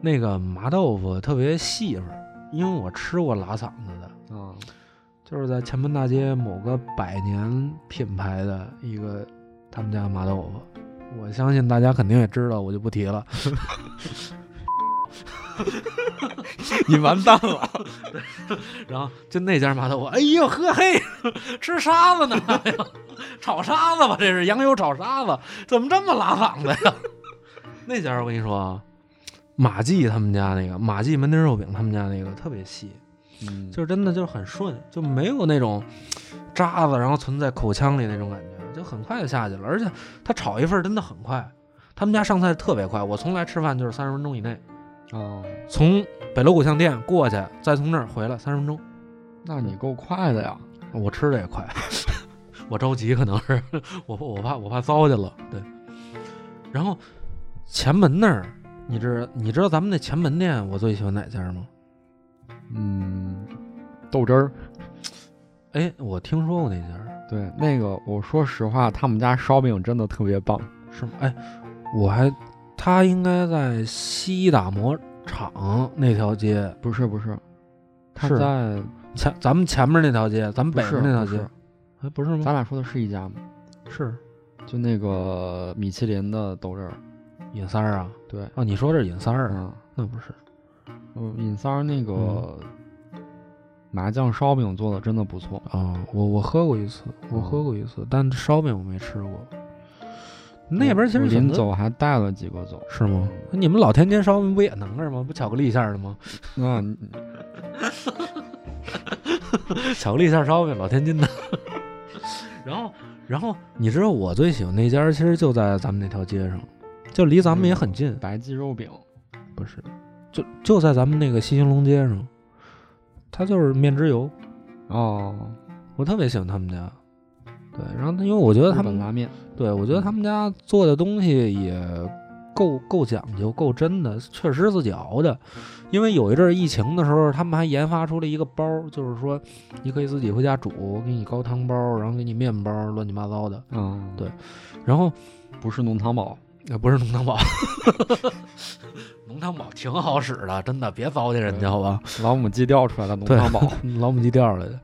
Speaker 1: 那个麻豆腐特别细份儿，因为我吃过拉嗓子的，
Speaker 2: 啊，
Speaker 1: 就是在前门大街某个百年品牌的一个他们家麻豆腐，我相信大家肯定也知道，我就不提了。
Speaker 2: 你完蛋了！
Speaker 1: 然后就那家麻豆腐，哎呦呵嘿，吃沙子呢，哎呦炒沙子吧，这是羊油炒沙子，怎么这么拉嗓子呀？ 那家我跟你说啊，马记他们家那个马记门钉肉饼，他们家那个特别细，
Speaker 2: 嗯，
Speaker 1: 就是真的就是很顺，就没有那种渣子，然后存在口腔里那种感觉，就很快就下去了。而且他炒一份真的很快，他们家上菜特别快，我从来吃饭就是三十分钟以内，
Speaker 2: 哦，
Speaker 1: 从北锣鼓巷店过去，再从那儿回来三十分钟。
Speaker 2: 那你够快的呀！
Speaker 1: 我吃的也 快，我着急可能是我我怕我怕糟践了。对，然后前门那儿，你知你知道咱们那前门店我最喜欢哪家吗？
Speaker 2: 嗯，豆汁儿，
Speaker 1: 哎，我听说过那家，
Speaker 2: 对，那个我说实话，他们家烧饼真的特别棒。
Speaker 1: 是吗？哎，我还他应该在西打磨厂那条街，
Speaker 2: 不是不是，他
Speaker 1: 是
Speaker 2: 在
Speaker 1: 前咱们前面那条街，咱们
Speaker 2: 不
Speaker 1: 北
Speaker 2: 是
Speaker 1: 面那条
Speaker 2: 不
Speaker 1: 街
Speaker 2: 是，，
Speaker 1: 哎，不是吗？
Speaker 2: 咱俩说的是一家吗？
Speaker 1: 是
Speaker 2: 就那个米其林的豆汁儿，
Speaker 1: 尹三儿啊？
Speaker 2: 对，
Speaker 1: 哦，你说这是尹三儿啊？
Speaker 2: 嗯，
Speaker 1: 那不是，
Speaker 2: 嗯，尹三儿那个
Speaker 1: 嗯
Speaker 2: 麻酱烧饼做的真的不错。
Speaker 1: 啊，我我喝过一次，我
Speaker 2: 哦
Speaker 1: 喝过一次，但烧饼我没吃过。那边其
Speaker 2: 我
Speaker 1: 实
Speaker 2: 临
Speaker 1: 选择
Speaker 2: 走还带了几个走。
Speaker 1: 是吗？你们老天津烧饼不也能儿吗？不巧克力馅儿的吗？
Speaker 2: 那你
Speaker 1: 巧克力馅儿烧饼，老天津的。 然后，然后你知道我最喜欢那家，其实就在咱们那条街上，就离咱们也很近，
Speaker 2: 白记肉饼，
Speaker 1: 不是？嗯就就在咱们那个西兴隆街上，它就是面之油，
Speaker 2: 哦，
Speaker 1: 我特别喜欢他们家。对，然后他因为我觉得
Speaker 2: 日
Speaker 1: 他
Speaker 2: 本
Speaker 1: 们
Speaker 2: 拉面，
Speaker 1: 对，我觉得他们家做的东西也够够讲究、够真的，确实自己熬的。因为有一阵儿疫情的时候，他们还研发出了一个包儿，就是说你可以自己回家煮，给你高汤包儿，然后给你面包儿，乱七八糟的。
Speaker 2: 嗯，
Speaker 1: 对然后
Speaker 2: 不是浓汤宝，
Speaker 1: 呃不是浓汤宝， 浓汤宝挺好使的，真的，别糟践人家好吧？
Speaker 2: 老母鸡调出来的浓
Speaker 1: 对
Speaker 2: 汤宝，
Speaker 1: 老母鸡调出来的。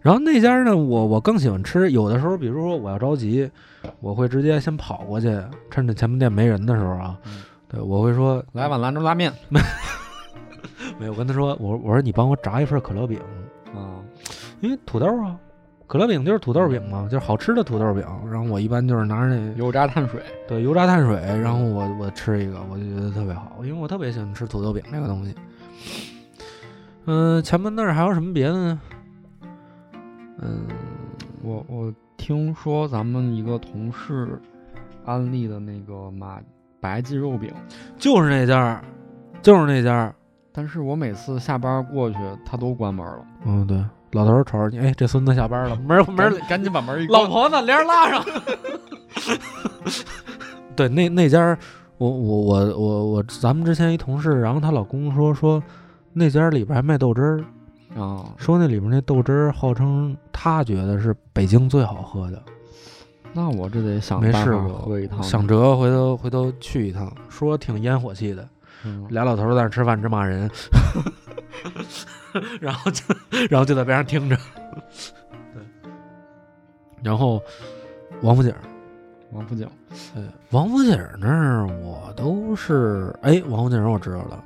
Speaker 1: 然后那家呢，我我更喜欢吃。有的时候，比如说我要着急，我会直接先跑过去，趁着前门店没人的时候啊，
Speaker 2: 嗯
Speaker 1: 对我会说
Speaker 2: 来碗兰州拉面。
Speaker 1: 没有，我跟他说，我说我说你帮我炸一份可乐饼，
Speaker 2: 啊，
Speaker 1: 因为土豆啊，可乐饼就是土豆饼嘛，就是好吃的土豆饼。然后我一般就是拿着那
Speaker 2: 油炸碳水，
Speaker 1: 对油炸碳水，然后我我吃一个，我就觉得特别好，因为我特别喜欢吃土豆饼这个东西。嗯、前门那儿还有什么别的呢？嗯，
Speaker 2: 我我听说咱们一个同事安利的那个马白记肉饼，
Speaker 1: 就是那家儿，就是那家儿。
Speaker 2: 但是我每次下班过去，他都关门了。
Speaker 1: 嗯，对，老头儿瞅着你，哎，这孙子下班了，门儿门儿
Speaker 2: 赶紧赶紧把门 一
Speaker 1: 老
Speaker 2: 关。
Speaker 1: 婆呢？帘儿拉上。 对，那那家儿，我我我我我，咱们之前一同事，然后她老公说说，那家儿里边还卖豆汁儿，
Speaker 2: 啊，
Speaker 1: 说那里边那豆汁儿号称他觉得是北京最好喝的，
Speaker 2: 那我这得想
Speaker 1: 没
Speaker 2: 办法
Speaker 1: 试过，
Speaker 2: 喝一趟。
Speaker 1: 想辙回头回头去一趟，说挺烟火气的。
Speaker 2: 嗯
Speaker 1: 俩老头儿在那儿吃饭，直骂人， 然后就然后就在边上听着，对，然后王府井儿，
Speaker 2: 王府井，
Speaker 1: 对，王府井儿那儿我都是，哎，王府井儿我知道了，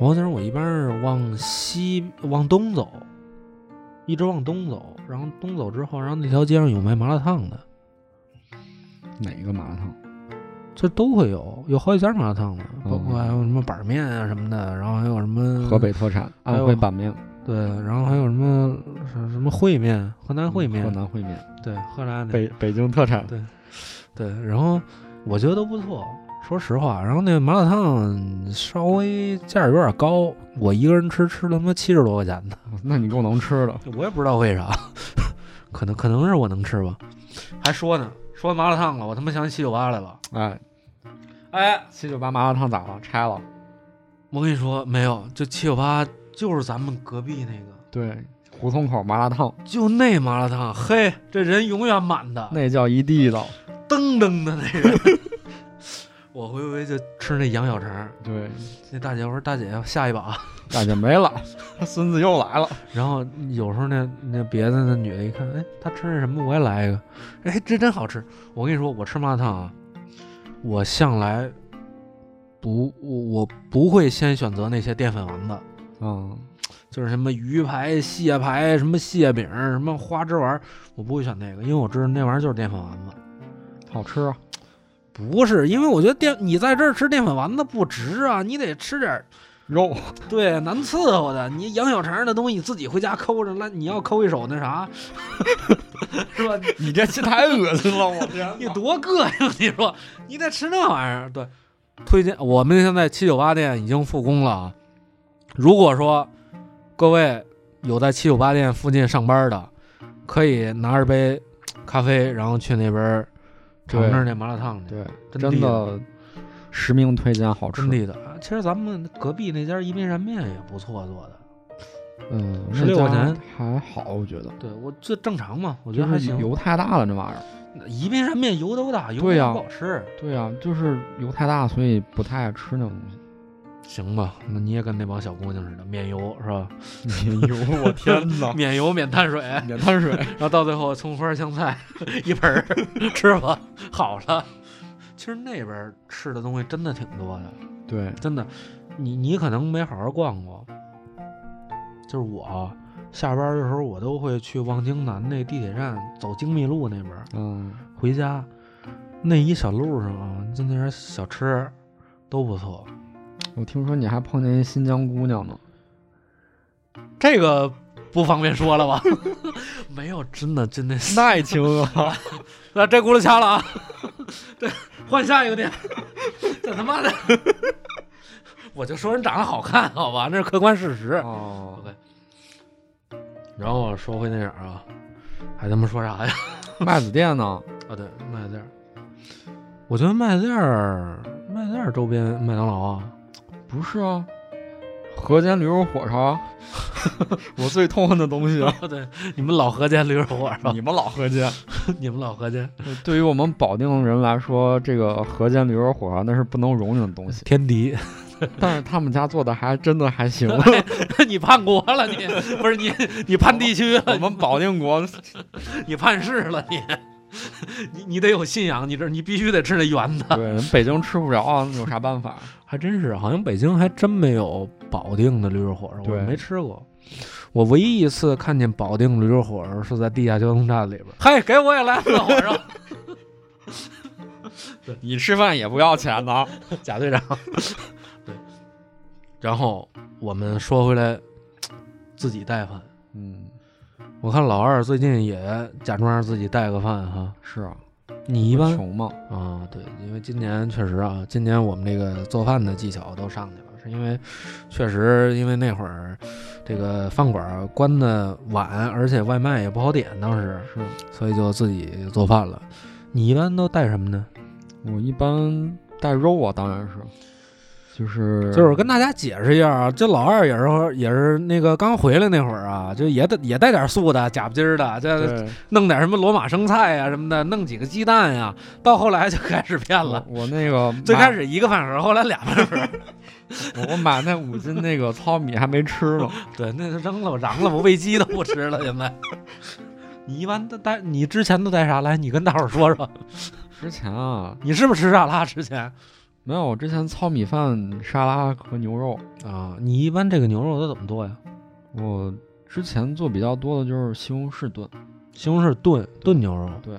Speaker 1: 王府井儿我一般是往西往东走，一直往东走，然后东走之后，然后那条街上有卖麻辣烫的，
Speaker 2: 哪个麻辣烫？
Speaker 1: 这都会有，有好几家麻辣烫的，包括
Speaker 2: 哦
Speaker 1: 还有什么板面啊什么的，然后还有什么
Speaker 2: 河北特产，
Speaker 1: 还有
Speaker 2: 安徽板面，
Speaker 1: 对，然后还有什么什什么烩面，嗯河南烩面，
Speaker 2: 嗯河南烩面，嗯
Speaker 1: 对，河南的
Speaker 2: 北北京特产。
Speaker 1: 对，然后我觉得都不错，说实话。然后那麻辣烫稍微价儿有点高，我一个人吃吃了他妈七十多块钱呢，
Speaker 2: 那你够能吃的。
Speaker 1: 我也不知道为啥， 可能可能是我能吃吧。还说呢，说麻辣烫了，我他妈想起七九八来了。
Speaker 2: 哎，
Speaker 1: 哎，
Speaker 2: 七九八麻辣烫咋了？拆了。
Speaker 1: 我跟你说，没有，就七九八就是咱们隔壁那个，
Speaker 2: 对，胡同口麻辣烫
Speaker 1: 就那麻辣烫，嘿，这人永远满的。
Speaker 2: 那叫一地道。
Speaker 1: 噔噔的那个。 我回回就吃那羊小肠，
Speaker 2: 对，
Speaker 1: 那大姐我说大姐下一把 啊，
Speaker 2: 大姐 没了，孙子又来了。
Speaker 1: 然后有时候那那别的那女的一看，哎，她吃那什么，我也来一个，哎，这真好吃。我跟你说，我吃麻辣烫啊，我向来不我我不会先选择那些淀粉丸子，
Speaker 2: 啊，
Speaker 1: 就是什么鱼排、蟹排、什么蟹饼、什么花枝丸，我不会选那个，因为我知道那玩意儿就是淀粉丸子。
Speaker 2: 好吃啊。
Speaker 1: 不是，因为我觉得淀你在这儿吃淀粉丸子不值啊，你得吃点儿
Speaker 2: 肉
Speaker 1: 对，难伺候的。你羊小肠的东西，你自己回家抠着，那你要抠一手那啥，是吧？
Speaker 2: 你这是太恶心了，我 天
Speaker 1: 你多膈应！你说你得吃那玩意儿。对，推荐我们现在七九八店已经复工了啊。如果说各位有在七九八店附近上班的，可以拿着杯咖啡，然后去那边尝尝那麻辣烫去，
Speaker 2: 对，
Speaker 1: 真地
Speaker 2: 真的实名推荐好吃
Speaker 1: 真。地的。啊其实咱们隔壁那家一品燃面也不错做的，
Speaker 2: 嗯，那
Speaker 1: 16
Speaker 2: 家
Speaker 1: 块钱
Speaker 2: 还好，我觉得。
Speaker 1: 对我这正常嘛，我
Speaker 2: 我
Speaker 1: 觉得还行。
Speaker 2: 油太大了，这玩意儿。
Speaker 1: 宜宾燃面油都大，油
Speaker 2: 对呀
Speaker 1: 不好吃。
Speaker 2: 对啊，就是油太大，所以不太爱吃那种东西。
Speaker 1: 行吧，那你也跟那帮小姑娘似的，免油是吧？！
Speaker 2: 免 油，我天哪
Speaker 1: 免油免碳水，
Speaker 2: 免碳水，
Speaker 1: 然后到最后葱花香菜 一盆儿吃吧，好了。其实那边儿吃的东西真的挺多的，
Speaker 2: 对，
Speaker 1: 真的，你你可能没好好逛过。就是我下班的时候，我都会去望京南那地铁站，走京密路那边儿
Speaker 2: 嗯，
Speaker 1: 回家，那一小路上啊，就那点儿小吃都不错。
Speaker 2: 我听说你还碰见一新疆姑娘 呢，
Speaker 1: 这个不方便说了吧？ 没有，真的真的是。
Speaker 2: 那也行啊，
Speaker 1: 那这轱辘掐了 啊！对，换下一个店。 这他妈的， 我就说人长得好看，好吧，那是客观事实。
Speaker 2: 哦，
Speaker 1: 然后说回那哪儿啊？还他妈说啥 呀？
Speaker 2: 麦子店呢？
Speaker 1: 啊，对，麦子店儿。我觉得麦子店儿，麦子店儿周边麦当劳啊，
Speaker 2: 不是啊，河间驴肉火烧啊， 我最痛恨的东西 啊！
Speaker 1: 哦对，你们老河间驴肉火烧，
Speaker 2: 你们老河间，
Speaker 1: 你们老河间。
Speaker 2: 呃对于我们保定人来说，这个河间驴肉火烧那是不能容忍的东西
Speaker 1: 天敌，
Speaker 2: 但是他们家做的还真的还行，
Speaker 1: 你叛国了你，不是你你叛地区了，
Speaker 2: 我们保定国
Speaker 1: 你叛世了你，你你得有信仰，你这你必须得吃那圆的。
Speaker 2: 对北京吃不着啊，有啥办法？
Speaker 1: 还真是，好像北京还真没有保定的驴肉火烧，我
Speaker 2: 对
Speaker 1: 没吃过。我唯一一次看见保定驴肉火烧是在地下交通站里边儿。嘿，给我也来份火 烧，
Speaker 2: 你吃饭也不要钱呢？
Speaker 1: 贾队长。 对，然后我们说回来，自己带饭。
Speaker 2: 嗯，
Speaker 1: 我看老二最近也假装自己带个饭哈。
Speaker 2: 是啊，
Speaker 1: 你一般
Speaker 2: 穷嘛，
Speaker 1: 啊，对，因为今年确实啊，今年我们这个做饭的技巧都上去了，是因为确实因为那会儿这个饭馆关的晚，而且外卖也不好点，当时，
Speaker 2: 是
Speaker 1: 所以就自己做饭了。你一般都带什么呢？
Speaker 2: 我一般带肉啊，当然是，就是
Speaker 1: 就是跟大家解释一下啊，这老二也是也是那个刚回来那会儿啊，就也带也带点素的、假不筋儿的，这
Speaker 2: 对
Speaker 1: 弄点什么罗马生菜啊呀、什么的，弄几个鸡蛋呀、到后来就开始变
Speaker 2: 我
Speaker 1: 了。
Speaker 2: 我那 个
Speaker 1: 最
Speaker 2: 买
Speaker 1: 开始一个饭盒，后来俩饭盒，
Speaker 2: 我我买那五斤那个糙米还没 吃呢，
Speaker 1: 对，那就扔了吧，瓤了吧，我喂鸡都不吃了。现在，你一般都带你之前都带啥来？你跟大伙儿说说，
Speaker 2: 之前啊
Speaker 1: 你是不是吃沙拉之前
Speaker 2: 没有，我之前糙米饭、沙拉和牛肉，
Speaker 1: 啊？你一般这个牛肉都怎么做呀？
Speaker 2: 我之前做比较多的就是西红柿炖，
Speaker 1: 西红柿炖炖牛肉，
Speaker 2: 对，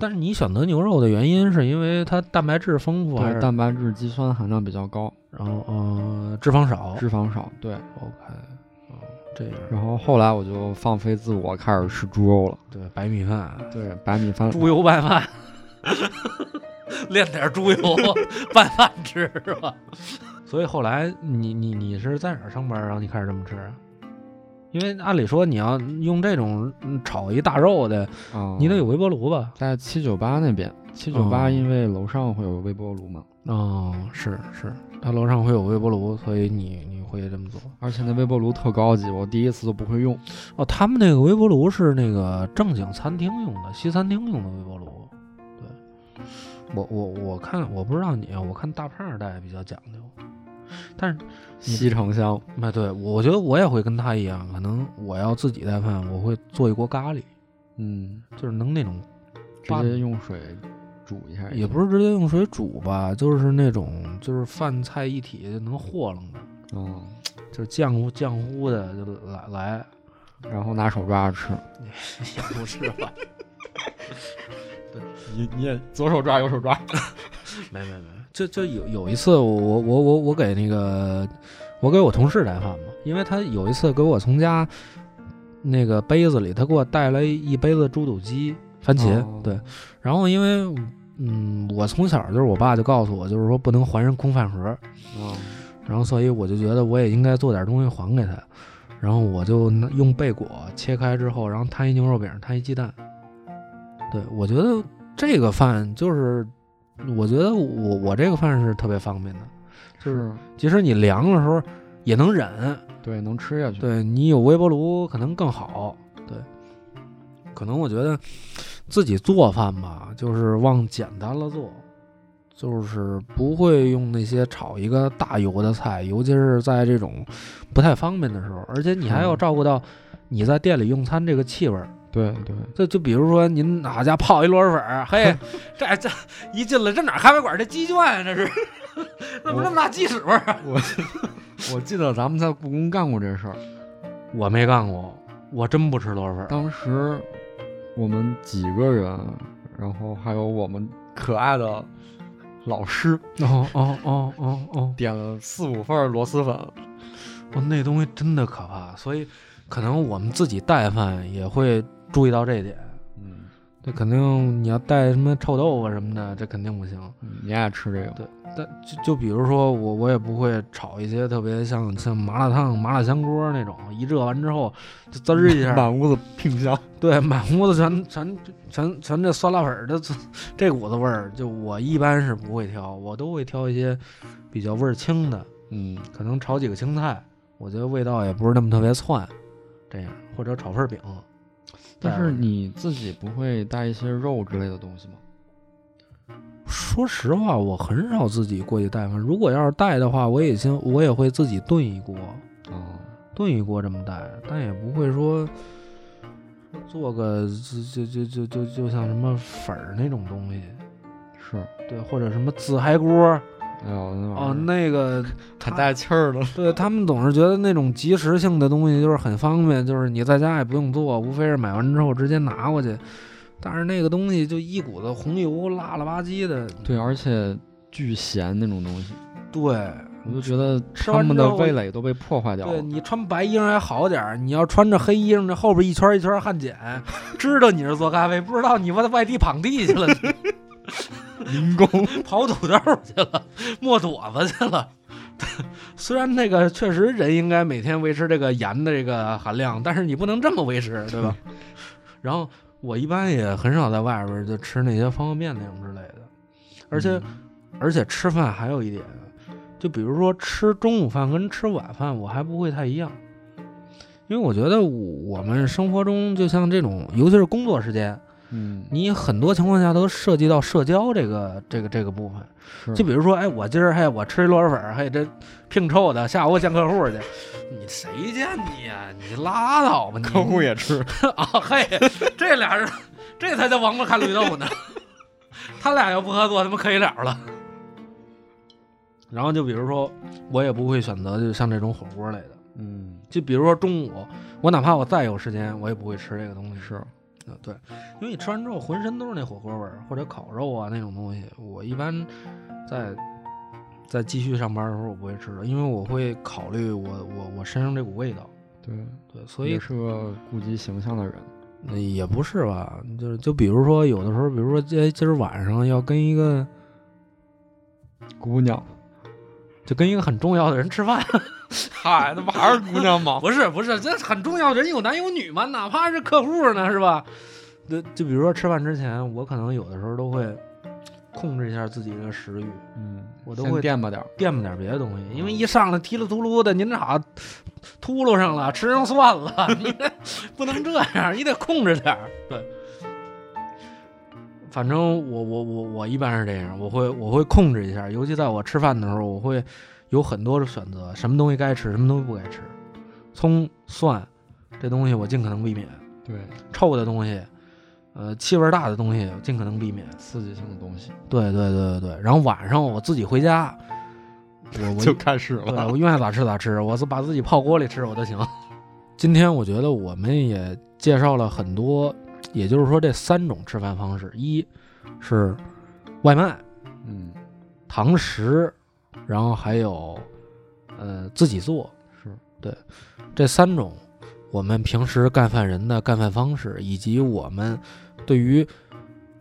Speaker 1: 但是你选择牛肉的原因是因为它蛋白质丰富还
Speaker 2: 对，
Speaker 1: 是？
Speaker 2: 蛋白质、肌酸含量比较高，
Speaker 1: 然后呃，脂肪少。
Speaker 2: 脂肪少，对。
Speaker 1: OK，哦，这样
Speaker 2: 然后后来我就放飞自我，开始吃猪肉了，
Speaker 1: 对白米饭，
Speaker 2: 对，白米饭，
Speaker 1: 猪油拌 饭，炼点猪油拌饭吃是吧？所以后来你你你是在哪儿上班，然后你开始这么吃啊？因为按理说你要用这种嗯炒一大肉的，
Speaker 2: 啊，
Speaker 1: 你得有微波炉吧？
Speaker 2: 在七九八那边，七九八因为楼上会有微波炉嘛，
Speaker 1: 哦，是是，他楼上会有微波炉，所以你你会这么做。
Speaker 2: 而且那微波炉特高级，我第一次都不会用。
Speaker 1: 哦，他们那个微波炉是那个正经餐厅用的，西餐厅用的微波炉。对，我我我看我不知道你，啊，我看大胖儿带比较讲究，但是你
Speaker 2: 西城乡，
Speaker 1: 哎，对，我觉得我也会跟他一样，可能我要自己带饭，我会做一锅咖喱，
Speaker 2: 嗯，
Speaker 1: 就是能那种，
Speaker 2: 直
Speaker 1: 拌
Speaker 2: 接用水煮一下，
Speaker 1: 也不是直接用水煮吧，就是那种就是饭菜一体就能和楞的，
Speaker 2: 是，嗯，
Speaker 1: 就是浆糊浆糊的就来来，
Speaker 2: 然后拿手抓着吃。
Speaker 1: 也不是吧？
Speaker 2: 你你也左手抓，右手抓。
Speaker 1: 没没没，就就有有一次我我我我我给那个我给我同事带饭嘛，因为他有一次给我从家那个杯子里，他给我带来一杯子猪肚鸡番茄，
Speaker 2: 哦
Speaker 1: 对，然后因为嗯我从小就是我爸就告诉我，就是说不能还人空饭盒，
Speaker 2: 嗯，
Speaker 1: 然后所以我就觉得我也应该做点东西还给他，然后我就拿用贝果切开之后，然后摊一牛肉饼，摊一鸡蛋。对我觉得这个饭就是，我觉得我我这个饭是特别方便的，就是
Speaker 2: 是
Speaker 1: 即使你凉的时候也能忍，
Speaker 2: 对，能吃下去。，
Speaker 1: 对你有微波炉可能更好。对，可能我觉得自己做饭吧，就是往简单了做，就是不会用那些炒一个大油的菜，尤其是在这种不太方便的时候，而且你还要
Speaker 2: 嗯
Speaker 1: 照顾到你在店里用餐这个气味儿。
Speaker 2: 对对，
Speaker 1: 这就比如说您哪家泡一螺蛳粉儿， 嘿，这这一进来这哪咖啡馆儿这鸡圈啊，这是 怎么这么大鸡屎味儿啊？
Speaker 2: 我记得咱们在故宫干过这事儿，
Speaker 1: 我没干过，我真不吃螺蛳粉儿。
Speaker 2: 当时我们几个人，然后还有我们可爱的老师，
Speaker 1: 哦哦哦哦哦！
Speaker 2: 点了四五份儿螺蛳粉。
Speaker 1: 我那东西真的可怕，所以可能我们自己带饭也会注意到这一点。
Speaker 2: 嗯，
Speaker 1: 这肯定你要带什么臭豆腐什么的，这肯定不行。
Speaker 2: 嗯你爱吃这个？
Speaker 1: 但就就比如说我，我也不会炒一些特别像像麻辣烫、麻辣香锅那种，一热完之后就滋儿一下，
Speaker 2: 满屋子拼香。
Speaker 1: 对，满屋子全全全全这酸辣粉儿的这这股子味儿。就我一般是不会挑，我都会挑一些比较味儿轻的。
Speaker 2: 嗯，
Speaker 1: 可能炒几个青菜，我觉得味道也不是那么特别窜，这样或者炒份儿饼。
Speaker 2: 但
Speaker 1: 对
Speaker 2: 是你自己不会带一些肉之类的东西吗？
Speaker 1: 说实话，我很少自己过去带饭。如果要是带的话，我也先我也会自己炖一锅，
Speaker 2: 哦，
Speaker 1: 炖一锅这么带，但也不会说做个就就就就就就像什么粉儿那种东西，
Speaker 2: 是，
Speaker 1: 对，或者什么自嗨锅
Speaker 2: 哎呦，那玩意
Speaker 1: 哦
Speaker 2: 儿，
Speaker 1: 那个
Speaker 2: 很带气儿的。
Speaker 1: 对他们总是觉得那种即时性的东西就是很方便，就是你在家也不用做，无非是买完之后直接拿过去。但是那个东西就一股子红油，辣了吧唧的。
Speaker 2: 对，而且巨咸那种东西，
Speaker 1: 对
Speaker 2: 我就觉得
Speaker 1: 吃
Speaker 2: 他
Speaker 1: 完
Speaker 2: 们
Speaker 1: 之
Speaker 2: 的
Speaker 1: 后
Speaker 2: 味蕾都被破坏掉
Speaker 1: 对，
Speaker 2: 了。
Speaker 1: 你穿白衣裳还好点儿，你要穿着黑衣裳，这后边一圈一圈汗碱，知道你是做咖啡，不知道你往外地滂地去了，
Speaker 2: 民工，
Speaker 1: 刨土豆去了， 磨垛子去了。 虽然那个确实人应该每天维持这个盐的这个含量，但是你不能这么维持， 对 吧？然后我一般也很少在外边儿就吃那些方便面那种之类的，而且、
Speaker 2: 嗯
Speaker 1: 而且吃饭还有一点，就比如说吃中午饭跟吃晚饭，我还不会太一样，因为我觉得我我们生活中就像这种，尤其是工作时间，
Speaker 2: 嗯，
Speaker 1: 你很多情况下都涉及到社交这个这个这个部分。
Speaker 2: 是
Speaker 1: 就比如说，哎，我今儿嘿，我吃一螺蛳粉儿，嘿，这拼臭的，下午我见客户去，你谁见你呀、你拉倒吧，你
Speaker 2: 也吃，
Speaker 1: 啊，嘿，这俩人，这才叫王八看绿豆呢。 他俩要不合作，他妈可以了了。然后就比如说，我也不会选择就像这种火锅类的，
Speaker 2: 嗯，
Speaker 1: 就比如说中午，我哪怕我再有时间，我也不会吃这个东西。
Speaker 2: 是，
Speaker 1: 啊，对，因为你吃完之后浑身都是那火锅味儿，或者烤肉啊那种东西。我一般在在继续上班的时候，我不会吃的，因为我会考虑我我我身上这股味道。
Speaker 2: 对，
Speaker 1: 对，所
Speaker 2: 也
Speaker 1: 以
Speaker 2: 是个顾及形象的人。
Speaker 1: 呃也不是吧，就是就比如说有的时候，比如说今今儿晚上要跟一个
Speaker 2: 姑 娘，
Speaker 1: 就跟一个很重要的人吃饭，
Speaker 2: 嗨，那不还是姑娘吗？
Speaker 1: 不是不是，这很重要的人有男有女嘛，哪怕是客户呢，是吧？那就比如说吃饭之前，我可能有的时候都会控制一下自己这个食欲。
Speaker 2: 嗯，
Speaker 1: 我都
Speaker 2: 先
Speaker 1: 会
Speaker 2: 垫吧点儿。
Speaker 1: 惦吧点别的东西，因为一上来提了秃噜的，您这好秃噜上了，吃上蒜了， 你这不能这样，你得控制点儿。对，反正我我我我一般是这样，我会我会控制一下，尤其在我吃饭的时候，我会有很多的选择，什么东西该吃，什么东西不该吃。葱蒜这东西我尽可能避免，
Speaker 2: 对，
Speaker 1: 臭的东西，呃，气味儿大的东西我尽可能避免。
Speaker 2: 刺激性的东西
Speaker 1: 对对对对对，然后晚上我自己回家，我我一
Speaker 2: 开始
Speaker 1: 对，。我愿意咋吃咋吃，我是把自己泡锅里吃我都行。今天我觉得我们也介绍了很多，也就是说这三种吃饭方式：一是外卖、
Speaker 2: 嗯，
Speaker 1: 堂食，然后还有呃自己做
Speaker 2: 是，
Speaker 1: 这三种，我们平时干饭人的干饭方式，以及我们对于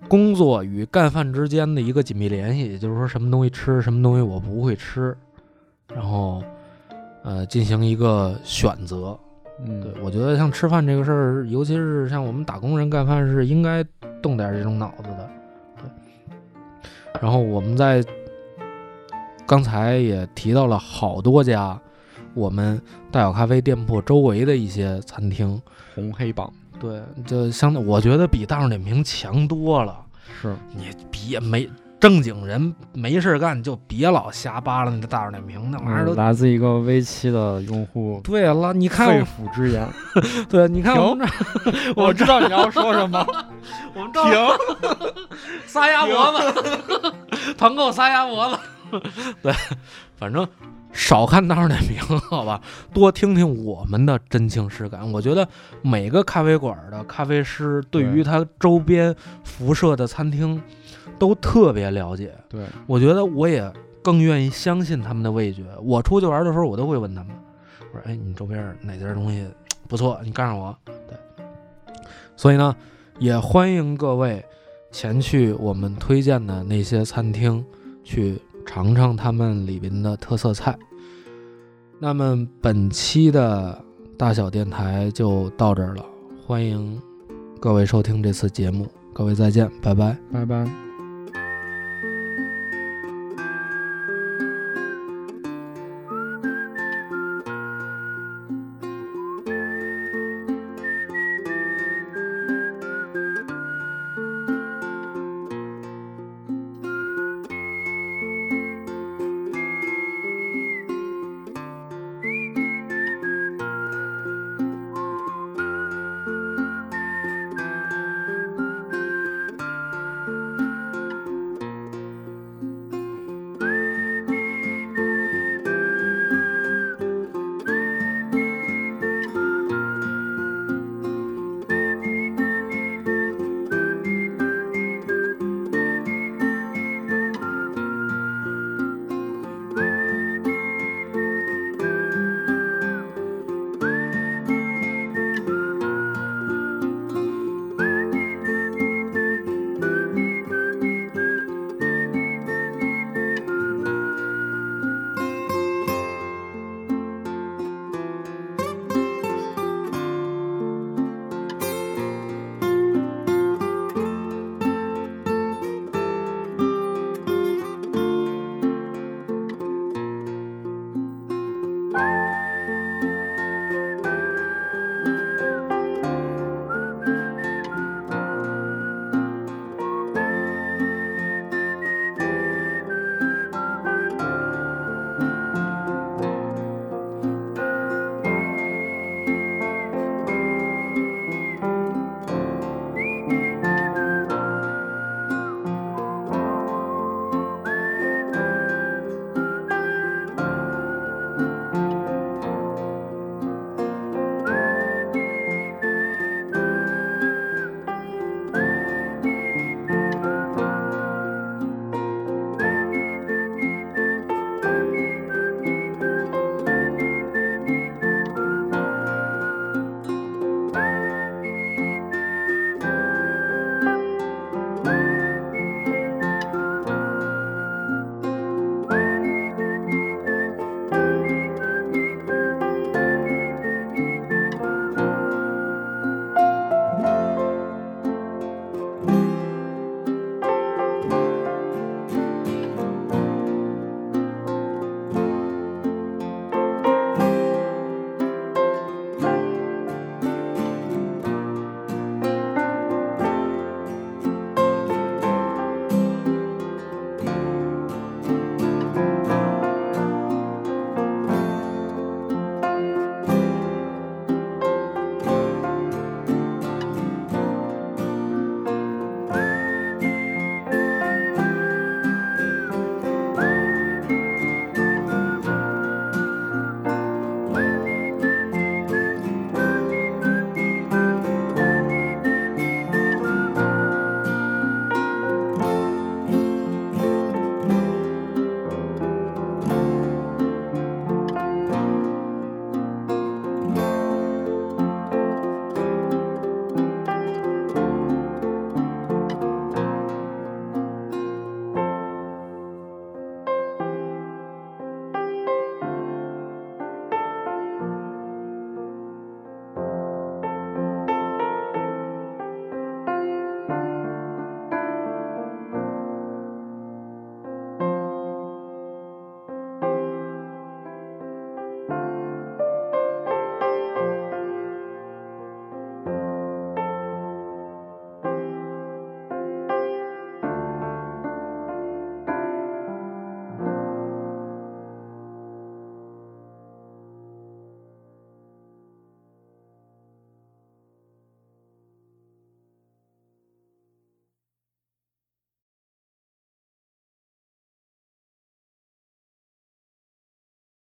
Speaker 1: 工作与干饭之间的一个紧密联系，也就是说什么东西吃，什么东西我不会吃，然后呃进行一个选择。
Speaker 2: 嗯，
Speaker 1: 对，我觉得像吃饭这个事儿，尤其是像我们打工人干饭是应该动点这种脑子的，然后我们在刚才也提到了好多家我们大小咖啡店铺周围的一些餐厅，
Speaker 2: 红黑榜
Speaker 1: 对，就相当我觉得比大众点评强多了。
Speaker 2: 是
Speaker 1: 你别没正经人没事儿干，就别老瞎扒拉那大众点评那玩意儿
Speaker 2: 嗯
Speaker 1: 都。
Speaker 2: 来自一个 V 七的用户
Speaker 1: 对了，拉你
Speaker 2: 肺
Speaker 1: 看，
Speaker 2: 腑之言。
Speaker 1: 对，啊你看我们这， 我
Speaker 2: 知道你要说什么，
Speaker 1: 我们这儿 撒鸭脖子， 团购撒鸭脖子。 对，反正少看大众点评，好吧，多听听我们的真情实感。我觉得每个咖啡馆的咖啡师对于
Speaker 2: 对
Speaker 1: 他周边辐射的餐厅都特别了解。
Speaker 2: 对，
Speaker 1: 我觉得我也更愿意相信他们的味觉。我出去玩的时候，我都会问他们，我说：“哎，你周边哪家东西不错？你告诉我。”对，所以呢，也欢迎各位前去我们推荐的那些餐厅去尝尝他们里边的特色菜。那么本期的大小电台就到这儿了，欢迎各位收听这次节目，各位再见，拜拜。
Speaker 2: 拜拜。